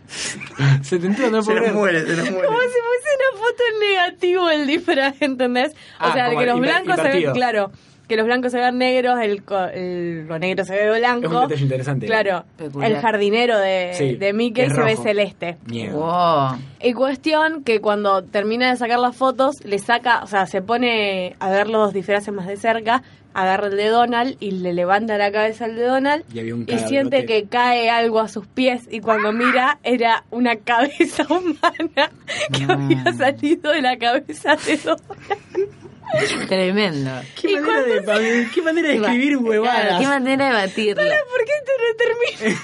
S1: fuese,
S2: Se te entró, no
S4: Se
S2: puedo creer.
S4: nos muere, se nos muere.
S1: como si fuese una foto en negativo el disfraz, ¿entendés? O
S2: Ah,
S1: sea, de
S2: como
S1: que los
S2: inver-
S1: blancos se ven,
S2: invertido.
S1: claro, que los blancos se ven negros, el, co- el- lo negro se ve blanco.
S2: Es un detalle interesante.
S1: Claro,
S3: Peculiar.
S1: el jardinero de,
S2: Sí,
S1: de Mickey
S2: es
S1: se ve
S2: rojo.
S1: celeste.
S2: Miedo.
S3: Wow.
S1: Y cuestión que cuando termina de sacar las fotos, le saca, o sea, se pone a ver los disfraces más de cerca, agarra el de Donald y le levanta la cabeza al de Donald.
S2: Y había un
S1: Y siente
S2: cadáverote.
S1: que cae algo a sus pies y cuando mira era una cabeza humana que
S3: No.
S1: había salido de la cabeza de Donald.
S3: Tremendo.
S2: ¿Qué manera, de, qué manera de escribir
S3: Claro,
S2: huevadas?
S3: qué manera de batirla.
S1: ¿Por qué esto no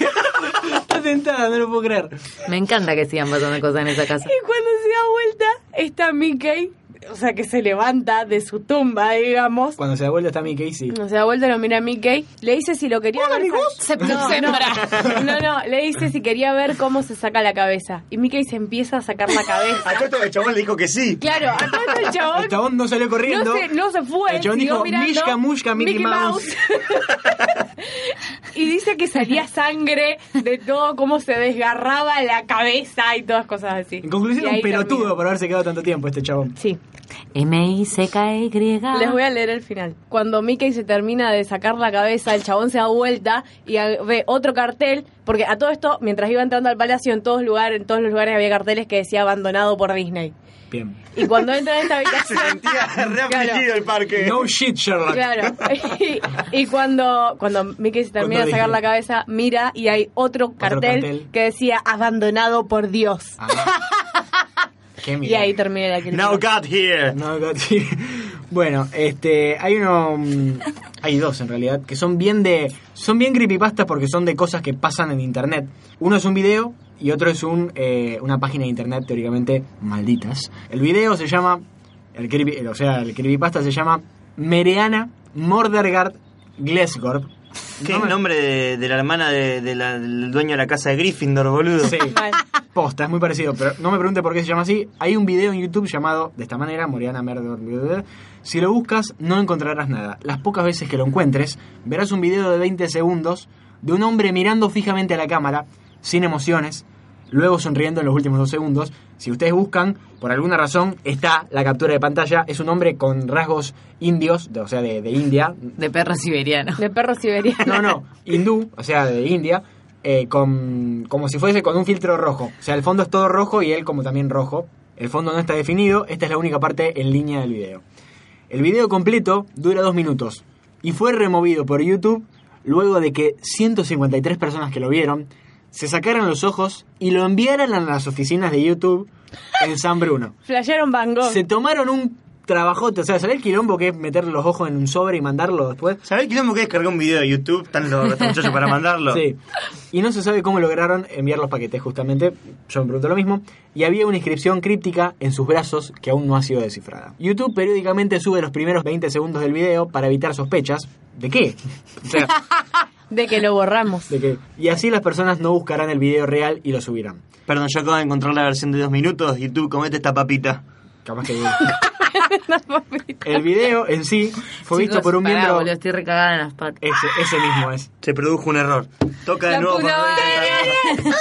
S1: termina?
S2: Está tentada, no lo puedo creer.
S3: Me encanta que sigan pasando cosas en esa casa.
S1: Y cuando se da vuelta, está Mickey o sea, que se levanta de su tumba, digamos.
S2: Cuando se da vuelta está Mickey, sí.
S1: O sea, vuelta lo mira a Mickey. Le dice si lo quería ver.
S3: Se-
S1: No,
S3: se-
S1: no.
S3: para.
S1: No, no, le dice si quería ver cómo se saca la cabeza. Y Mickey se empieza a sacar la cabeza.
S4: Acá el chabón le dijo que sí.
S1: Claro, acá está el
S2: El
S1: chabón.
S2: chabón no salió corriendo.
S1: No se, no se fue.
S2: El chabón
S1: siguió
S2: dijo,
S1: mirando
S2: "Mishka, mushka, Mickey Mouse".
S1: y dice que salía sangre de todo, cómo se desgarraba la cabeza y todas cosas así.
S2: En conclusión,
S1: Y
S2: un
S1: ahí
S2: pelotudo
S1: termina.
S2: por haberse quedado tanto tiempo este chabón.
S1: Sí.
S3: M-I-C-K-Y.
S1: Les voy a leer el final. Cuando Mickey se termina de sacar la cabeza, el chabón se da vuelta y a- ve otro cartel, porque a todo esto, mientras iba entrando al palacio, en todos lugares, en todos los lugares había carteles que decía abandonado por Disney.
S2: Bien.
S1: Y cuando entra en esta
S4: Se
S1: habitación,
S4: sentía reafligido el parque.
S2: No shit, Sherlock.
S1: claro. Y, y cuando cuando Mickey se termina
S2: Cuando
S1: de sacar
S2: Disney.
S1: la cabeza, mira y hay otro cartel,
S2: cartel.
S1: que decía abandonado por Dios.
S2: Ah. Qué
S1: y
S2: mierda.
S1: ahí termina la crítica.
S4: Now God here.
S2: No, Gatti. Bueno, este, hay uno, mm, hay dos en realidad que son bien de, son bien creepypastas porque son de cosas que pasan en internet. Uno es un video y otro es un, eh, una página de internet teóricamente malditas. El video se llama, el creepy, el- o sea, el creepypasta se llama Mereana Mordergard Glesgorb.
S4: Qué
S2: No me-
S4: nombre de, de la hermana de- de la- del dueño de la casa de Gryffindor, boludo.
S2: Sí.
S1: Mal.
S2: Posta, es muy parecido, pero no me pregunte por qué se llama así. Hay un video en YouTube llamado de esta manera, Moriana Merdor. Si lo buscas, no encontrarás nada. Las pocas veces que lo encuentres, verás un video de 20 segundos de un hombre mirando fijamente a la cámara, sin emociones, luego sonriendo en los últimos dos segundos. Si ustedes buscan, por alguna razón, está la captura de pantalla. Es un hombre con rasgos indios, de- o sea, de- de India,
S3: De perro siberiano.
S1: De perro siberiano.
S2: no, no, hindú, o sea, de India, eh, con, como si fuese con un filtro rojo. O sea, el fondo es todo rojo y él como también rojo. El fondo no está definido, esta es la única parte en línea del video. El video completo dura dos minutos y fue removido por YouTube luego de que 153 personas que lo vieron se sacaran los ojos y lo enviaran a las oficinas de YouTube en San Bruno.
S1: Flashearon Van Gogh.
S2: Se tomaron un trabajote, o sea, ¿sabés el quilombo que es meter los ojos en un sobre y mandarlo después?
S4: ¿Sabés que tenemos que descargar un video de YouTube? Están los, estos muchachos para mandarlo.
S2: Sí. Y no se sabe cómo lograron enviar los paquetes, justamente. Yo me pregunto lo mismo. Y había una inscripción críptica en sus brazos que aún no ha sido descifrada. YouTube periódicamente sube los primeros 20 segundos del video para evitar sospechas. ¿De qué? O sea,
S1: De que lo borramos.
S2: ¿de qué? Y así las personas no buscarán el video real y lo subirán.
S4: Perdón, yo acabo de encontrar la versión de dos minutos. YouTube, comete esta papita.
S2: Capaz que. El video en sí fue
S3: Chicos,
S2: visto por un
S3: pará,
S2: miembro.
S3: boludo, estoy recagada en las patas.
S2: Ese, ese mismo es.
S4: Se produjo un error. Toca de
S1: La
S4: nuevo.
S1: puta
S4: por favor,
S1: madre,
S4: intentarlo.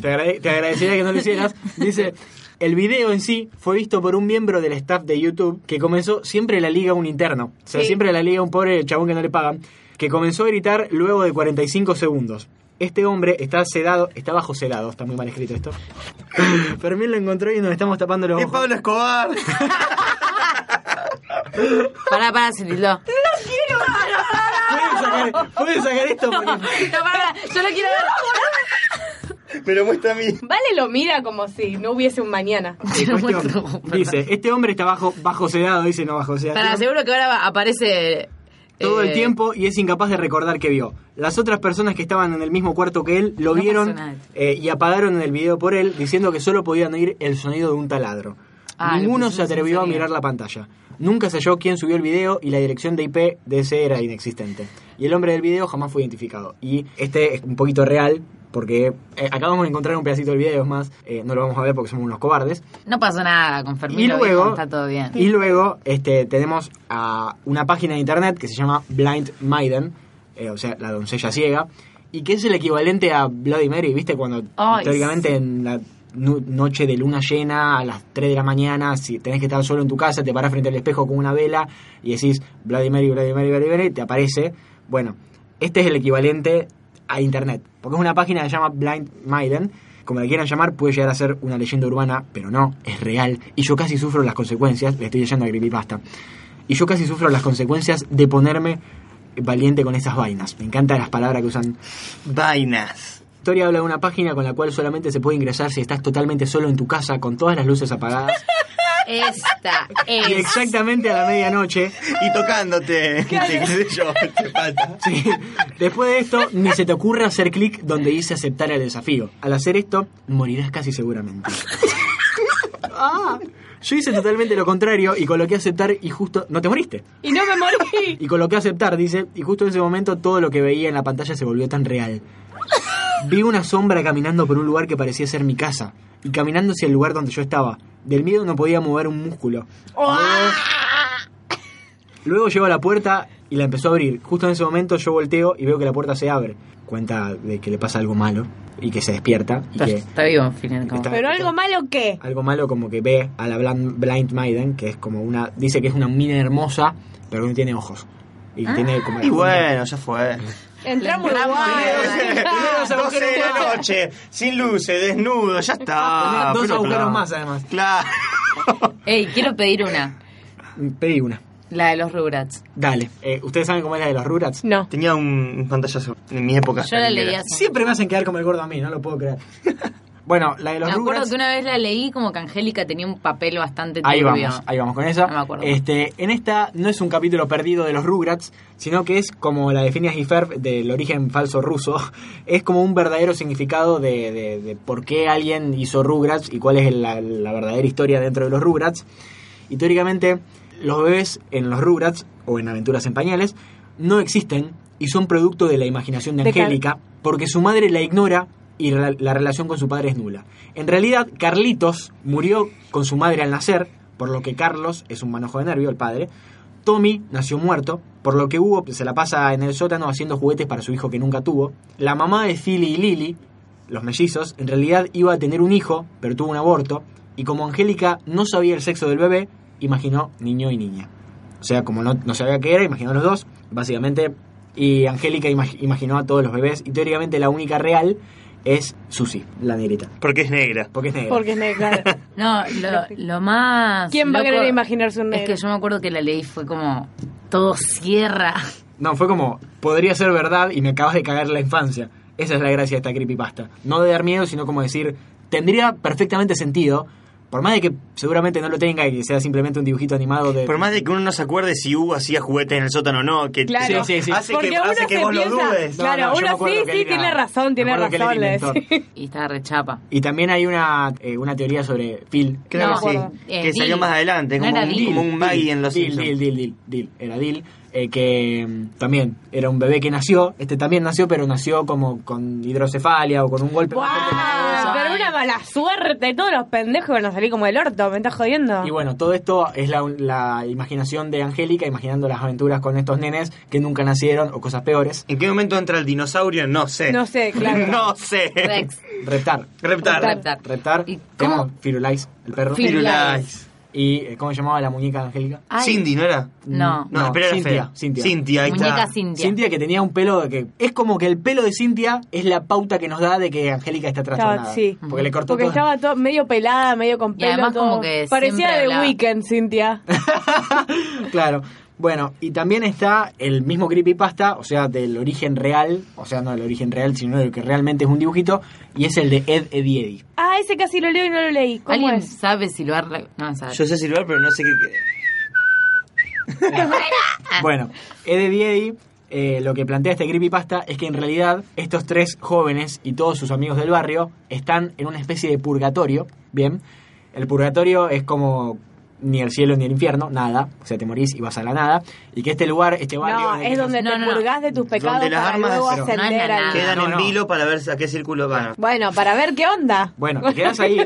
S2: Te, agrade- te agradecería que no lo hicieras. Dice, el video en sí fue visto por un miembro del staff de YouTube que comenzó siempre la liga un interno. O sea,
S1: Sí.
S2: siempre la liga un pobre chabón que no le pagan. Que comenzó a gritar luego de 45 segundos. Este hombre está sedado, está bajo sedado, está muy mal escrito esto. Fermín lo encontró y nos estamos tapando los
S4: Es
S2: ojos.
S4: Pablo Escobar.
S3: Pará, pará, se tildó.
S2: ¿Pueden sacar, pueden sacar esto? Porque-
S1: No, pará, yo lo quiero ver.
S4: Me lo muestra a mí.
S1: Vale lo mira como si no hubiese un mañana.
S2: Eh, cuestión. Dice, este hombre está bajo, bajo sedado, dice no bajo sedado.
S3: Pará, seguro que ahora va- aparece.
S2: todo el
S3: eh,
S2: tiempo y es incapaz de recordar que vio. Las otras personas que estaban en el mismo cuarto que él lo
S3: No
S2: vieron
S3: pasó nada.
S2: eh, y apagaron el video por él diciendo que solo podían oír el sonido de un taladro.
S3: Ah, le
S2: Ninguno
S3: pusimos
S2: se atrevió a
S3: sonido.
S2: mirar la pantalla. Nunca se halló quién subió el video y la dirección de IP de ese era inexistente. Y el hombre del video jamás fue identificado. Y este es un poquito real porque eh, acabamos de encontrar un pedacito del video, es más, eh, no lo vamos a ver porque somos unos cobardes.
S3: No pasó nada con Fermín.
S2: Y
S3: lo dijo,
S2: luego,
S3: está todo bien.
S2: y luego este, tenemos a una página de internet que se llama Blind Maiden, eh, o sea, la doncella ciega, y que es el equivalente a Bloody Mary, ¿viste? Cuando
S3: Ay,
S2: teóricamente en la nu- noche de luna llena, a las 3 de la mañana, si tenés que estar solo en tu casa, te parás frente al espejo con una vela y decís Bloody Mary, Bloody Mary, Bloody Mary, te aparece. Bueno, este es el equivalente a internet, porque es una página que se llama Blind Maiden. Como la quieran llamar, puede llegar a ser una leyenda urbana, pero no, es real. Y yo casi sufro las consecuencias, le estoy leyendo a Creepypasta. Y yo casi sufro las consecuencias de ponerme valiente con esas vainas. Me encantan las palabras que usan
S4: Vainas.
S2: historia habla de una página con la cual solamente se puede ingresar si estás totalmente solo en tu casa con todas las luces apagadas
S3: Esta
S2: y
S3: es.
S2: exactamente a la medianoche.
S4: Y tocándote. ¿Qué sé yo? Te falta.
S2: Sí. Después de esto, ni se te ocurre hacer clic donde dice aceptar el desafío. Al hacer esto, morirás casi seguramente. Ah, Yo hice totalmente lo contrario y coloqué aceptar y justo no te moriste.
S1: Y no me morí.
S2: Y coloqué aceptar, dice, y justo en ese momento todo lo que veía en la pantalla se volvió tan real. Vi una sombra caminando por un lugar que parecía ser mi casa y caminando hacia el lugar donde yo estaba. Del miedo no podía mover un músculo. Luego llegó a la puerta y la empezó a abrir. Justo en ese momento yo volteo y veo que la puerta se abre. Cuenta de que le pasa algo malo y que se despierta y
S3: Está,
S2: que
S3: está vivo, al fin y al cabo.
S2: Está-
S1: Pero algo malo qué?
S2: algo malo como que ve a la Blan- Blind Maiden, que es como una... Dice que es una mina hermosa, pero que no tiene ojos. Y tiene como...
S4: Ah, Y bueno, ya fue.
S1: Entramos igual.
S2: Primeros agujeros
S4: 12 de
S2: más.
S4: la noche, sin luces, desnudo, ya está.
S2: Ah, Tenía dos
S4: Pero
S2: agujeros
S4: claro.
S2: más, eh. además.
S4: Claro.
S3: Ey, quiero pedir una.
S2: Mm, Pedí una.
S3: La de los Rugrats.
S2: Dale. Mm. Eh, ¿Ustedes saben cómo es la de los Rurats?
S1: No.
S4: Tenía un, un pantallazo en mi época.
S3: Yo la leí
S4: primera.
S3: así.
S2: Siempre me hacen quedar como el gordo a mí, no lo puedo creer. bueno, la de los
S3: Me acuerdo
S2: Rugrats...
S3: que una vez la leí como que Angélica tenía un papel bastante
S2: Ahí
S3: turbio.
S2: vamos, ahí vamos con esa.
S3: No me acuerdo.
S2: Este, en esta no es un capítulo perdido de los Rugrats, sino que es como la definías y Ferb del origen falso ruso. Es como un verdadero significado de, de- de por qué alguien hizo Rugrats y cuál es la, la verdadera historia dentro de los Rugrats. Y teóricamente, los bebés en los Rugrats o en Aventuras en Pañales no existen y son producto de la imaginación de
S1: De Car-
S2: Angélica porque su madre la ignora y re- la relación con su padre es nula. En realidad, Carlitos murió con su madre al nacer, por lo que Carlos es un manojo de nervio, el padre. Tommy nació muerto, por lo que Hugo se la pasa en el sótano haciendo juguetes para su hijo que nunca tuvo. La mamá de Philly y Lily, los mellizos, en realidad iba a tener un hijo, pero tuvo un aborto, y como Angélica no sabía el sexo del bebé, imaginó niño y niña. O sea, como no, no sabía qué era, imaginó a los dos, básicamente. Y Angélica imag- imaginó a todos los bebés. Y teóricamente la única real es Susi, la negrita.
S4: Porque es negra.
S2: Porque es negra.
S1: Porque es negra.
S3: No, lo, lo más.
S1: ¿Quién va a
S3: loco
S1: querer imaginarse un
S3: Es
S1: negro?
S3: que yo me acuerdo que la leí fue como. Todo cierra.
S2: No, fue como, podría ser verdad y me acabas de cagar la infancia. Esa es la gracia de esta creepypasta. No de dar miedo, sino como decir, tendría perfectamente sentido, por más de que seguramente no lo tenga y que sea simplemente un dibujito animado de...
S4: Por más de que uno no se acuerde si Hugo hacía juguetes en el sótano o no, que
S1: Claro.
S2: Sí, sí, sí.
S4: hace
S1: Porque
S4: que,
S1: uno
S4: hace que
S1: se
S4: vos lo
S1: piensa-
S4: dudes.
S2: No,
S1: claro,
S2: no, yo me
S1: uno
S2: acuerdo
S1: sí,
S2: que
S1: sí,
S2: era-
S1: tiene razón,
S2: me
S1: tiene
S2: acuerdo que él
S1: razón, le
S2: inventó.
S1: decís.
S3: Y estaba rechapa.
S2: Y también hay una, eh, una teoría sobre Phil.
S1: No,
S4: Claro que sí.
S1: bueno,
S3: eh,
S4: que salió
S3: Dil.
S4: más adelante,
S3: No
S4: como,
S3: era
S4: un,
S3: Dil.
S4: como un Maggie
S2: Deal,
S4: en los
S2: Deal,
S4: Simpsons.
S2: Deal, Deal, Deal, Deal, era Deal, eh, que mm, también era un bebé que nació, este también nació, pero nació como con hidrocefalia o con un golpe. más fuerte en la
S1: ¡Guau!
S2: cabeza.
S1: Pero una mala suerte. Todos los pendejos van a salir como el orto. Me estás jodiendo.
S2: Y bueno, todo esto es la, la imaginación de Angélica, imaginando las aventuras con estos nenes que nunca nacieron o cosas peores.
S4: ¿En qué momento entra el dinosaurio? No sé.
S1: No sé, claro.
S4: no sé.
S3: Rex.
S2: Reptar,
S4: Reptar.
S3: Reptar.
S2: reptar,
S3: ¿Y
S2: tenemos
S3: cómo?
S2: Firulais, el perro.
S3: Firulais.
S4: Firulais.
S2: ¿Y eh, cómo se llamaba la muñeca de Angélica?
S3: Ay,
S4: Cindy, ¿no era?
S3: No.
S4: No, espera, era
S2: Cintia,
S4: fea.
S2: Cintia.
S4: ahí
S3: Muñeca
S4: está.
S3: Cintia.
S2: Cintia que tenía un pelo de que es como que el pelo de Cintia es la pauta que nos da de que Angélica está trastornada.
S1: Estaba- sí.
S2: Porque le cortó
S1: Porque
S2: todo.
S1: estaba todo medio pelada, medio con
S3: Y
S1: pelo.
S3: además
S1: todo.
S3: como que
S1: Parecía
S3: siempre
S1: de
S3: hablaba.
S1: Weekend, Cintia.
S2: claro. Bueno, y también está el mismo creepypasta, o sea, del origen real, o sea, no del origen real, sino del que realmente es un dibujito, y es el de Ed Edie Eddy.
S1: Ah, ese casi lo leo y no lo leí. ¿Cómo
S3: ¿Alguien
S1: es?
S3: sabe si lo ha re- No, sabe.
S4: Yo sé silbar, pero no sé qué.
S1: Ah.
S2: Bueno, Ed Edie Eddy, eh, lo que plantea este creepypasta es que en realidad estos tres jóvenes y todos sus amigos del barrio están en una especie de purgatorio, ¿bien? El purgatorio es como ni el cielo ni el infierno, nada, o sea, te morís y vas a la nada, y que este lugar, este barrio...
S1: No,
S2: en el que
S1: es
S2: nos-
S1: donde
S3: No,
S1: te
S3: no, no.
S1: purgás de tus pecados
S4: Donde las
S1: para
S4: armas
S1: luego
S2: de cero.
S1: ascender
S3: No es la
S1: al-
S3: nada.
S4: Quedan
S2: no,
S4: en
S2: no.
S4: vilo para ver a qué círculo van.
S1: Bueno, para ver qué onda.
S2: Bueno, te quedás ahí.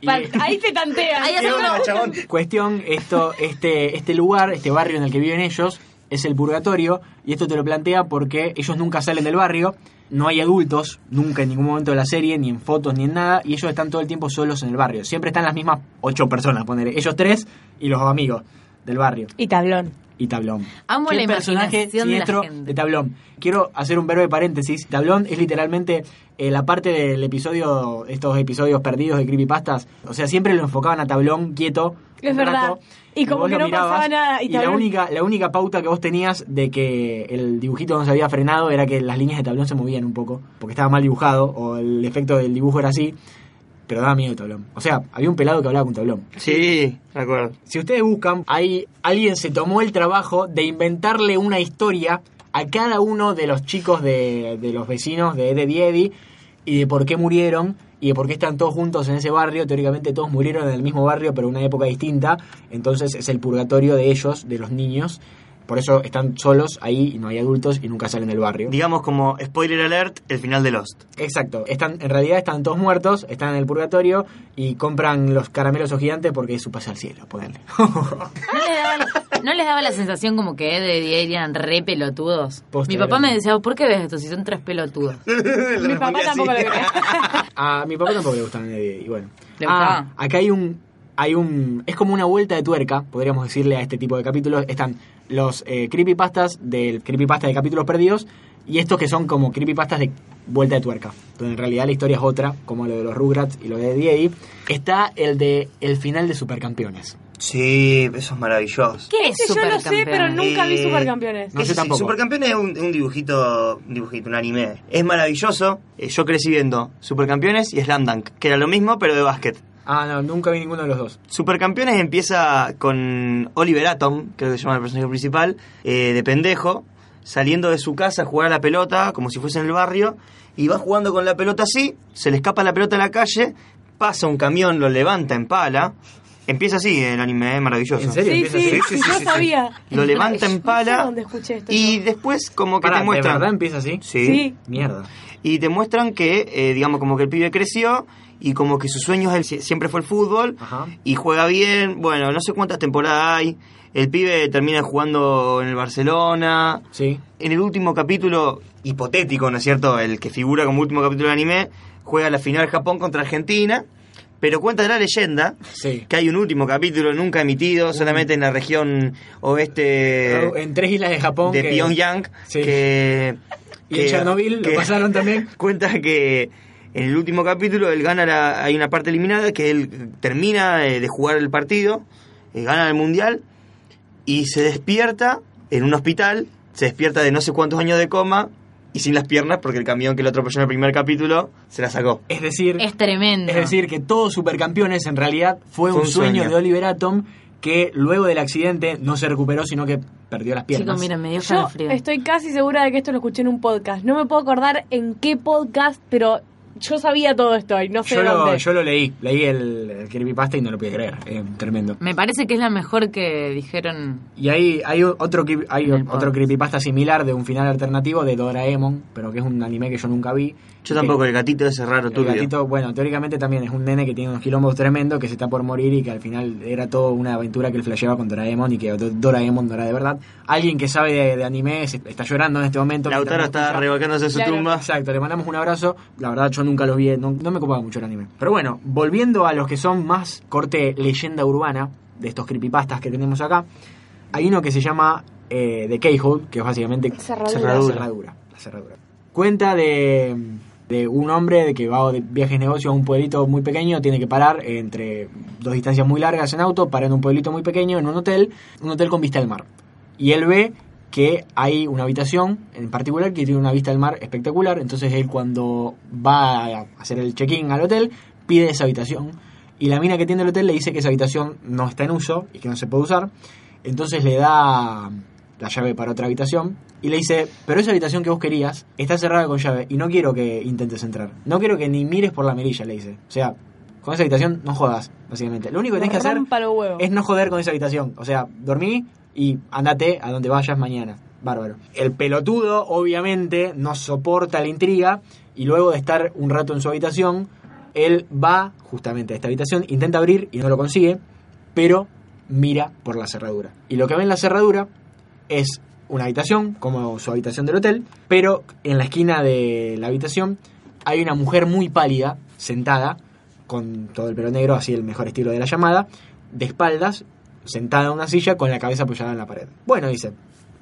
S2: y-
S1: Pa- Ahí te tantean.
S3: Ahí hace-
S4: onda, chabón?
S2: Cuestión, esto, este, este lugar, este barrio en el que viven ellos, es el purgatorio, y esto te lo plantea porque ellos nunca salen del barrio, no hay adultos, nunca en ningún momento de la serie, ni en fotos, ni en nada, y ellos están todo el tiempo solos en el barrio. Siempre están las mismas ocho personas, poner ellos tres y los amigos del barrio.
S1: Y tablón.
S2: Y Tablón.
S3: Amo
S2: Qué
S3: la
S2: personaje
S3: imaginación de la
S2: siniestro
S3: gente.
S2: de Tablón. Quiero hacer un breve paréntesis. Tablón es literalmente eh, la parte del episodio, estos episodios perdidos de Creepypastas. O sea, siempre lo enfocaban a Tablón quieto.
S1: Es
S2: un
S1: verdad. Y como
S2: vos
S1: que
S2: lo
S1: no pasaba nada, y
S2: Y, la,
S1: Tablón-
S2: única, la única pauta que vos tenías de que el dibujito no se había frenado era que las líneas de Tablón se movían un poco. Porque estaba mal dibujado o el efecto del dibujo era así. Pero daba miedo Tablón. O sea, había un pelado que hablaba con Tablón.
S4: Sí, de acuerdo.
S2: Si ustedes buscan, ahí alguien se tomó el trabajo de inventarle una historia a cada uno de los chicos de, de los vecinos de Eddie y Eddie y de por qué murieron y porque están todos juntos en ese barrio, teóricamente todos murieron en el mismo barrio, pero en una época distinta, entonces es el purgatorio de ellos, de los niños, por eso están solos ahí y no hay adultos y nunca salen del barrio.
S4: Digamos como spoiler alert, el final de Lost.
S2: Exacto, están, en realidad están todos muertos, están en el purgatorio y compran los caramelos o gigantes porque es su pase al cielo, ponele.
S3: ¿No les, daba, no les daba la sensación como que Ed y Eddie eran re pelotudos?
S2: Posta,
S3: Mi papá
S2: eran.
S3: me decía, ¿por qué ves esto si son tres pelotudos?
S1: Mi papá tampoco lo cree.
S2: A mi papá tampoco le gustaban eh, y bueno.
S3: ¿Le
S2: Ah,
S3: gustaba?
S2: acá hay un hay un es como una vuelta de tuerca, podríamos decirle a este tipo de capítulos, están los eh, creepypastas del creepypasta de capítulos perdidos y estos que son como creepypastas de vuelta de tuerca, donde en realidad la historia es otra, como lo de los Rugrats y lo de Eddie. Está el de el final de Supercampeones.
S4: Sí, eso es maravilloso.
S3: ¿Qué es
S1: Ese yo lo sé, pero
S3: Supercampeones?
S1: nunca vi
S4: Eh,
S1: supercampeones.
S2: No, yo
S4: Ese sí,
S2: tampoco.
S4: Supercampeones es un, un dibujito, un dibujito, un anime. Es maravilloso. Eh, Yo crecí viendo Supercampeones y Slam Dunk, que era lo mismo pero de básquet.
S2: Ah, no, nunca vi ninguno de los dos.
S4: Supercampeones empieza con Oliver Atom, creo que se llama el personaje principal, eh, de pendejo, saliendo de su casa a jugar a la pelota, como si fuese en el barrio, y va jugando con la pelota así, se le escapa la pelota a la calle, pasa un camión, lo levanta en pala. Empieza así el anime, es maravilloso.
S2: ¿En serio?
S1: Sí,
S2: Empieza
S1: sí, sí,
S2: así.
S1: yo sabía.
S4: Lo levanta en
S1: No sé
S4: pala
S1: dónde escuché esto.
S4: y después como que
S2: Pará,
S4: te
S2: ¿De verdad
S4: muestran...
S2: empieza así?
S1: Sí.
S2: Mierda.
S4: Y te muestran que, eh, digamos, como que el pibe creció y como que sus sueños él sie- siempre fue el fútbol
S2: Ajá.
S4: y juega bien. Bueno, no sé cuántas temporadas hay. El pibe termina jugando en el Barcelona.
S2: Sí.
S4: En el último capítulo, hipotético, ¿no es cierto? El que figura como último capítulo del anime, juega la final Japón contra Argentina. Pero cuenta la leyenda
S2: Sí.
S4: que hay un último capítulo nunca emitido, solamente en la región oeste
S2: Uh. en tres islas de Japón
S4: de
S2: que-
S4: Pyongyang.
S2: Sí.
S4: Que,
S2: y en
S4: que-
S2: Chernobyl
S4: que-
S2: lo pasaron también.
S4: cuenta que en el último capítulo él gana la- hay una parte eliminada que él termina eh, de jugar el partido eh, gana el mundial y se despierta en un hospital se despierta de no sé cuántos años de coma y sin las piernas porque el camión que lo atropelló en el primer capítulo se la sacó
S2: Es decir,
S3: Es tremendo.
S2: Es decir, que todos supercampeones en realidad fue, un,
S4: un
S2: sueño,
S4: sueño.
S2: de Oliver Atom que luego del accidente no se recuperó, sino que perdió las piernas.
S3: Chicos, miren, me dio
S1: Yo
S3: frío.
S1: estoy casi segura de que esto lo escuché en un podcast. No me puedo acordar en qué podcast, pero yo sabía todo esto y no sé
S2: yo,
S1: dónde.
S2: lo, yo lo leí, leí el, el creepypasta y no lo pude creer, eh, tremendo.
S3: Me parece que es la mejor que dijeron.
S2: Y ahí hay otro creep- hay
S3: En el
S2: otro
S3: podcast.
S2: creepypasta similar de un final alternativo de Doraemon, pero que es un anime que yo nunca vi. Que-
S4: yo tampoco el gatito ese raro
S2: El
S4: turbio
S2: gatito, bueno, teóricamente también es un nene que tiene unos quilombos tremendo, que se está por morir y que al final era todo una aventura que él flasheaba con Doraemon y que Do- Doraemon no era de verdad. Alguien que sabe de, de anime se- está llorando en este momento.
S4: Lautaro
S2: mientras
S4: está
S2: nos escucha.
S4: revolcándose en su
S1: Claro.
S4: tumba
S2: Exacto, le mandamos un abrazo. La verdad yo nunca los vi, no, no me copaba mucho el anime. Pero bueno, volviendo a los que son más corte leyenda urbana de estos creepypastas que tenemos acá, hay uno que se llama eh, The Keyhole, que es básicamente
S1: Cerradura.
S2: La cerradura. La cerradura. Cuenta de, de un hombre que va de viajes negocio a un pueblito muy pequeño, tiene que parar entre dos distancias muy largas en auto, para en un pueblito muy pequeño, en un hotel, un hotel con vista al mar. Y él ve que hay una habitación en particular que tiene una vista al mar espectacular, entonces él cuando va a hacer el check-in al hotel, pide esa habitación. Y la mina que tiene el hotel le dice que esa habitación no está en uso y que no se puede usar. Entonces le da la llave para otra habitación y le dice, pero esa habitación que vos querías está cerrada con llave y no quiero que intentes entrar. No quiero que ni mires por la mirilla, le dice. O sea, con esa habitación no jodas, básicamente. Lo único que tenés que hacer
S1: Rompa los huevos.
S2: es no joder con esa habitación. O sea, dormí y andate a donde vayas mañana. Bárbaro. El pelotudo, obviamente, no soporta la intriga y luego de estar un rato en su habitación, él va justamente a esta habitación, intenta abrir y no lo consigue, pero mira por la cerradura. Y lo que ve en la cerradura es una habitación, como su habitación del hotel, pero en la esquina de la habitación hay una mujer muy pálida, sentada, con todo el pelo negro, así el mejor estilo de la llamada, de espaldas, sentada en una silla con la cabeza apoyada en la pared. Bueno, dice,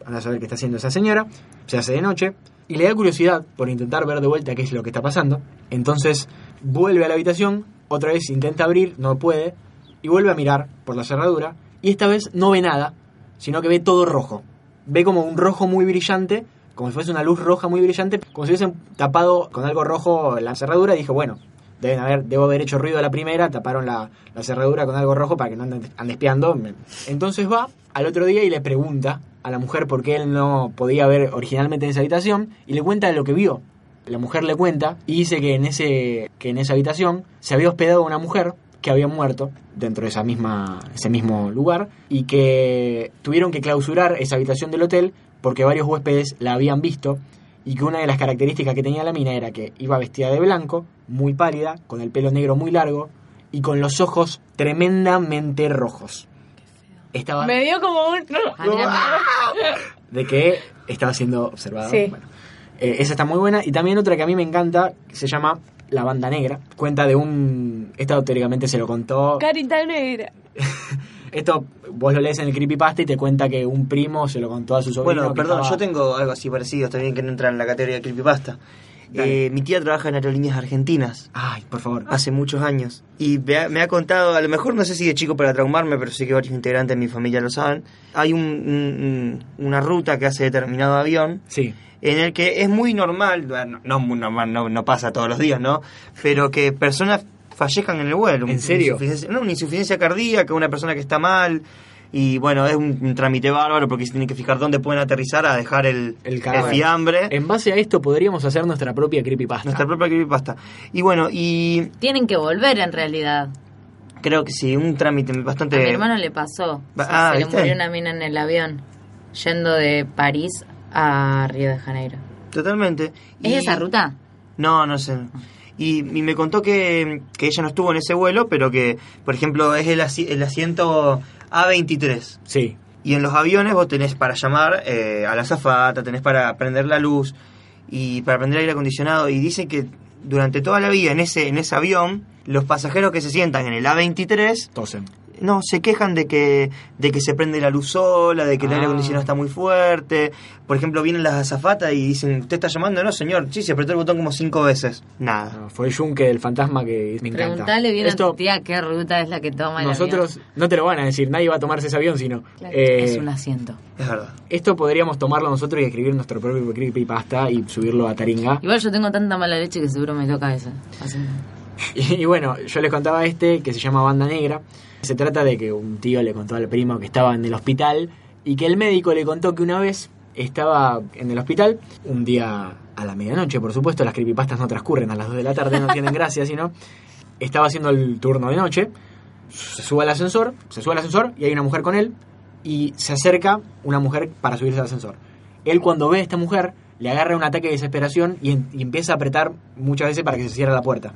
S2: van a saber qué está haciendo esa señora, se hace de noche, y le da curiosidad por intentar ver de vuelta qué es lo que está pasando, entonces vuelve a la habitación, otra vez intenta abrir, no puede, y vuelve a mirar por la cerradura, y esta vez no ve nada, sino que ve todo rojo. Ve como un rojo muy brillante, como si fuese una luz roja muy brillante, como si hubiesen tapado con algo rojo la cerradura, y dijo, bueno, deben haber, debo haber hecho ruido a la primera, taparon la, la cerradura con algo rojo para que no anden, ande espiando. Me- Entonces va al otro día y le pregunta a la mujer por qué él no podía ver originalmente en esa habitación, y le cuenta lo que vio. La mujer le cuenta y dice que en, ese, que en esa habitación se había hospedado una mujer que había muerto dentro de esa misma, ese mismo lugar y que tuvieron que clausurar esa habitación del hotel porque varios huéspedes la habían visto y que una de las características que tenía la mina era que iba vestida de blanco, muy pálida, con el pelo negro muy largo y con los ojos tremendamente rojos. Estaba
S1: Me dio como un...
S3: Ah, mira,
S2: de que estaba siendo observada.
S1: Sí.
S2: Bueno, eh, esa está muy buena. Y también otra que a mí me encanta, que se llama La Banda Negra. Cuenta de un... Esta teóricamente se lo contó...
S1: Carita negra.
S2: Esto vos lo lees en el creepypasta y te cuenta que un primo se lo contó a su sobrino.
S4: Bueno,
S2: que
S4: perdón,
S2: estaba-
S4: yo tengo algo así parecido también que no entra en la categoría de creepypasta.
S2: Dale.
S4: Eh, mi tía trabaja en aerolíneas argentinas
S2: Ay, por favor.
S3: Ah.
S4: hace muchos años y me ha, me ha contado, a lo mejor no sé si de chico para traumarme, pero sé que varios integrantes de mi familia lo saben. Hay un- un- un- una ruta que hace determinado avión
S2: Sí.
S4: en el que es muy normal, bueno, no muy normal, no, no pasa todos los días, ¿no? Pero que personas fallezcan en el vuelo.
S2: ¿En serio?
S4: Una insuficiencia, no, una insuficiencia cardíaca, una persona que está mal. Y bueno, es un, un trámite bárbaro porque se tienen que fijar dónde pueden aterrizar a dejar el,
S2: El cadáver.
S4: fiambre.
S2: En base a esto podríamos hacer nuestra propia creepypasta.
S4: Nuestra propia creepypasta. Y bueno, y
S3: Tienen que volver en realidad.
S4: creo que sí, un trámite bastante...
S3: A mi hermano le pasó.
S4: Va-
S3: Se-
S4: ah,
S3: se le
S4: ¿viste?
S3: murió una mina en el avión yendo de París a Río de Janeiro.
S4: Totalmente. Y-
S3: ¿Es esa ruta?
S4: No, no sé. Y, y me contó que, que ella no estuvo en ese vuelo, pero que, por ejemplo, es el, asi- el asiento A23.
S2: Sí.
S4: Y en los aviones vos tenés para llamar eh, a la azafata, tenés para prender la luz y para prender el aire acondicionado. Y dicen que durante toda la vida en ese, en ese avión, los pasajeros que se sientan en el A23
S2: Tosen.
S4: no, se quejan de que, de que se prende la luz sola, de que el
S2: Ah.
S4: aire acondicionado está muy fuerte. Por ejemplo, vienen las azafatas y dicen, ¿usted está llamando? No, señor. Sí, se apretó el botón como cinco veces. Nada.
S2: No, fue Junke, el fantasma que me encanta.
S3: Preguntale bien a
S2: Esto,
S3: tu tía qué ruta es la que toma el avión.
S2: nosotros no te lo van a decir, nadie va a tomarse ese avión, sino... eh,
S3: es un asiento.
S4: Es verdad.
S2: Esto podríamos tomarlo nosotros y escribir nuestro propio creepypasta y subirlo a Taringa.
S3: Igual yo tengo tanta mala leche que seguro me toca esa. Así.
S2: Y, y bueno, yo les contaba este que se llama Banda Negra. Se trata de que un tío le contó al primo que estaba en el hospital y que el médico le contó que una vez estaba en el hospital, un día a la medianoche, por supuesto, las creepypastas no transcurren a las 2 de la tarde, no tienen gracia, sino estaba haciendo el turno de noche, se sube al ascensor, se sube al ascensor y hay una mujer con él y se acerca una mujer para subirse al ascensor. Él cuando ve a esta mujer le agarra un ataque de desesperación y, en- y empieza a apretar muchas veces para que se cierre la puerta.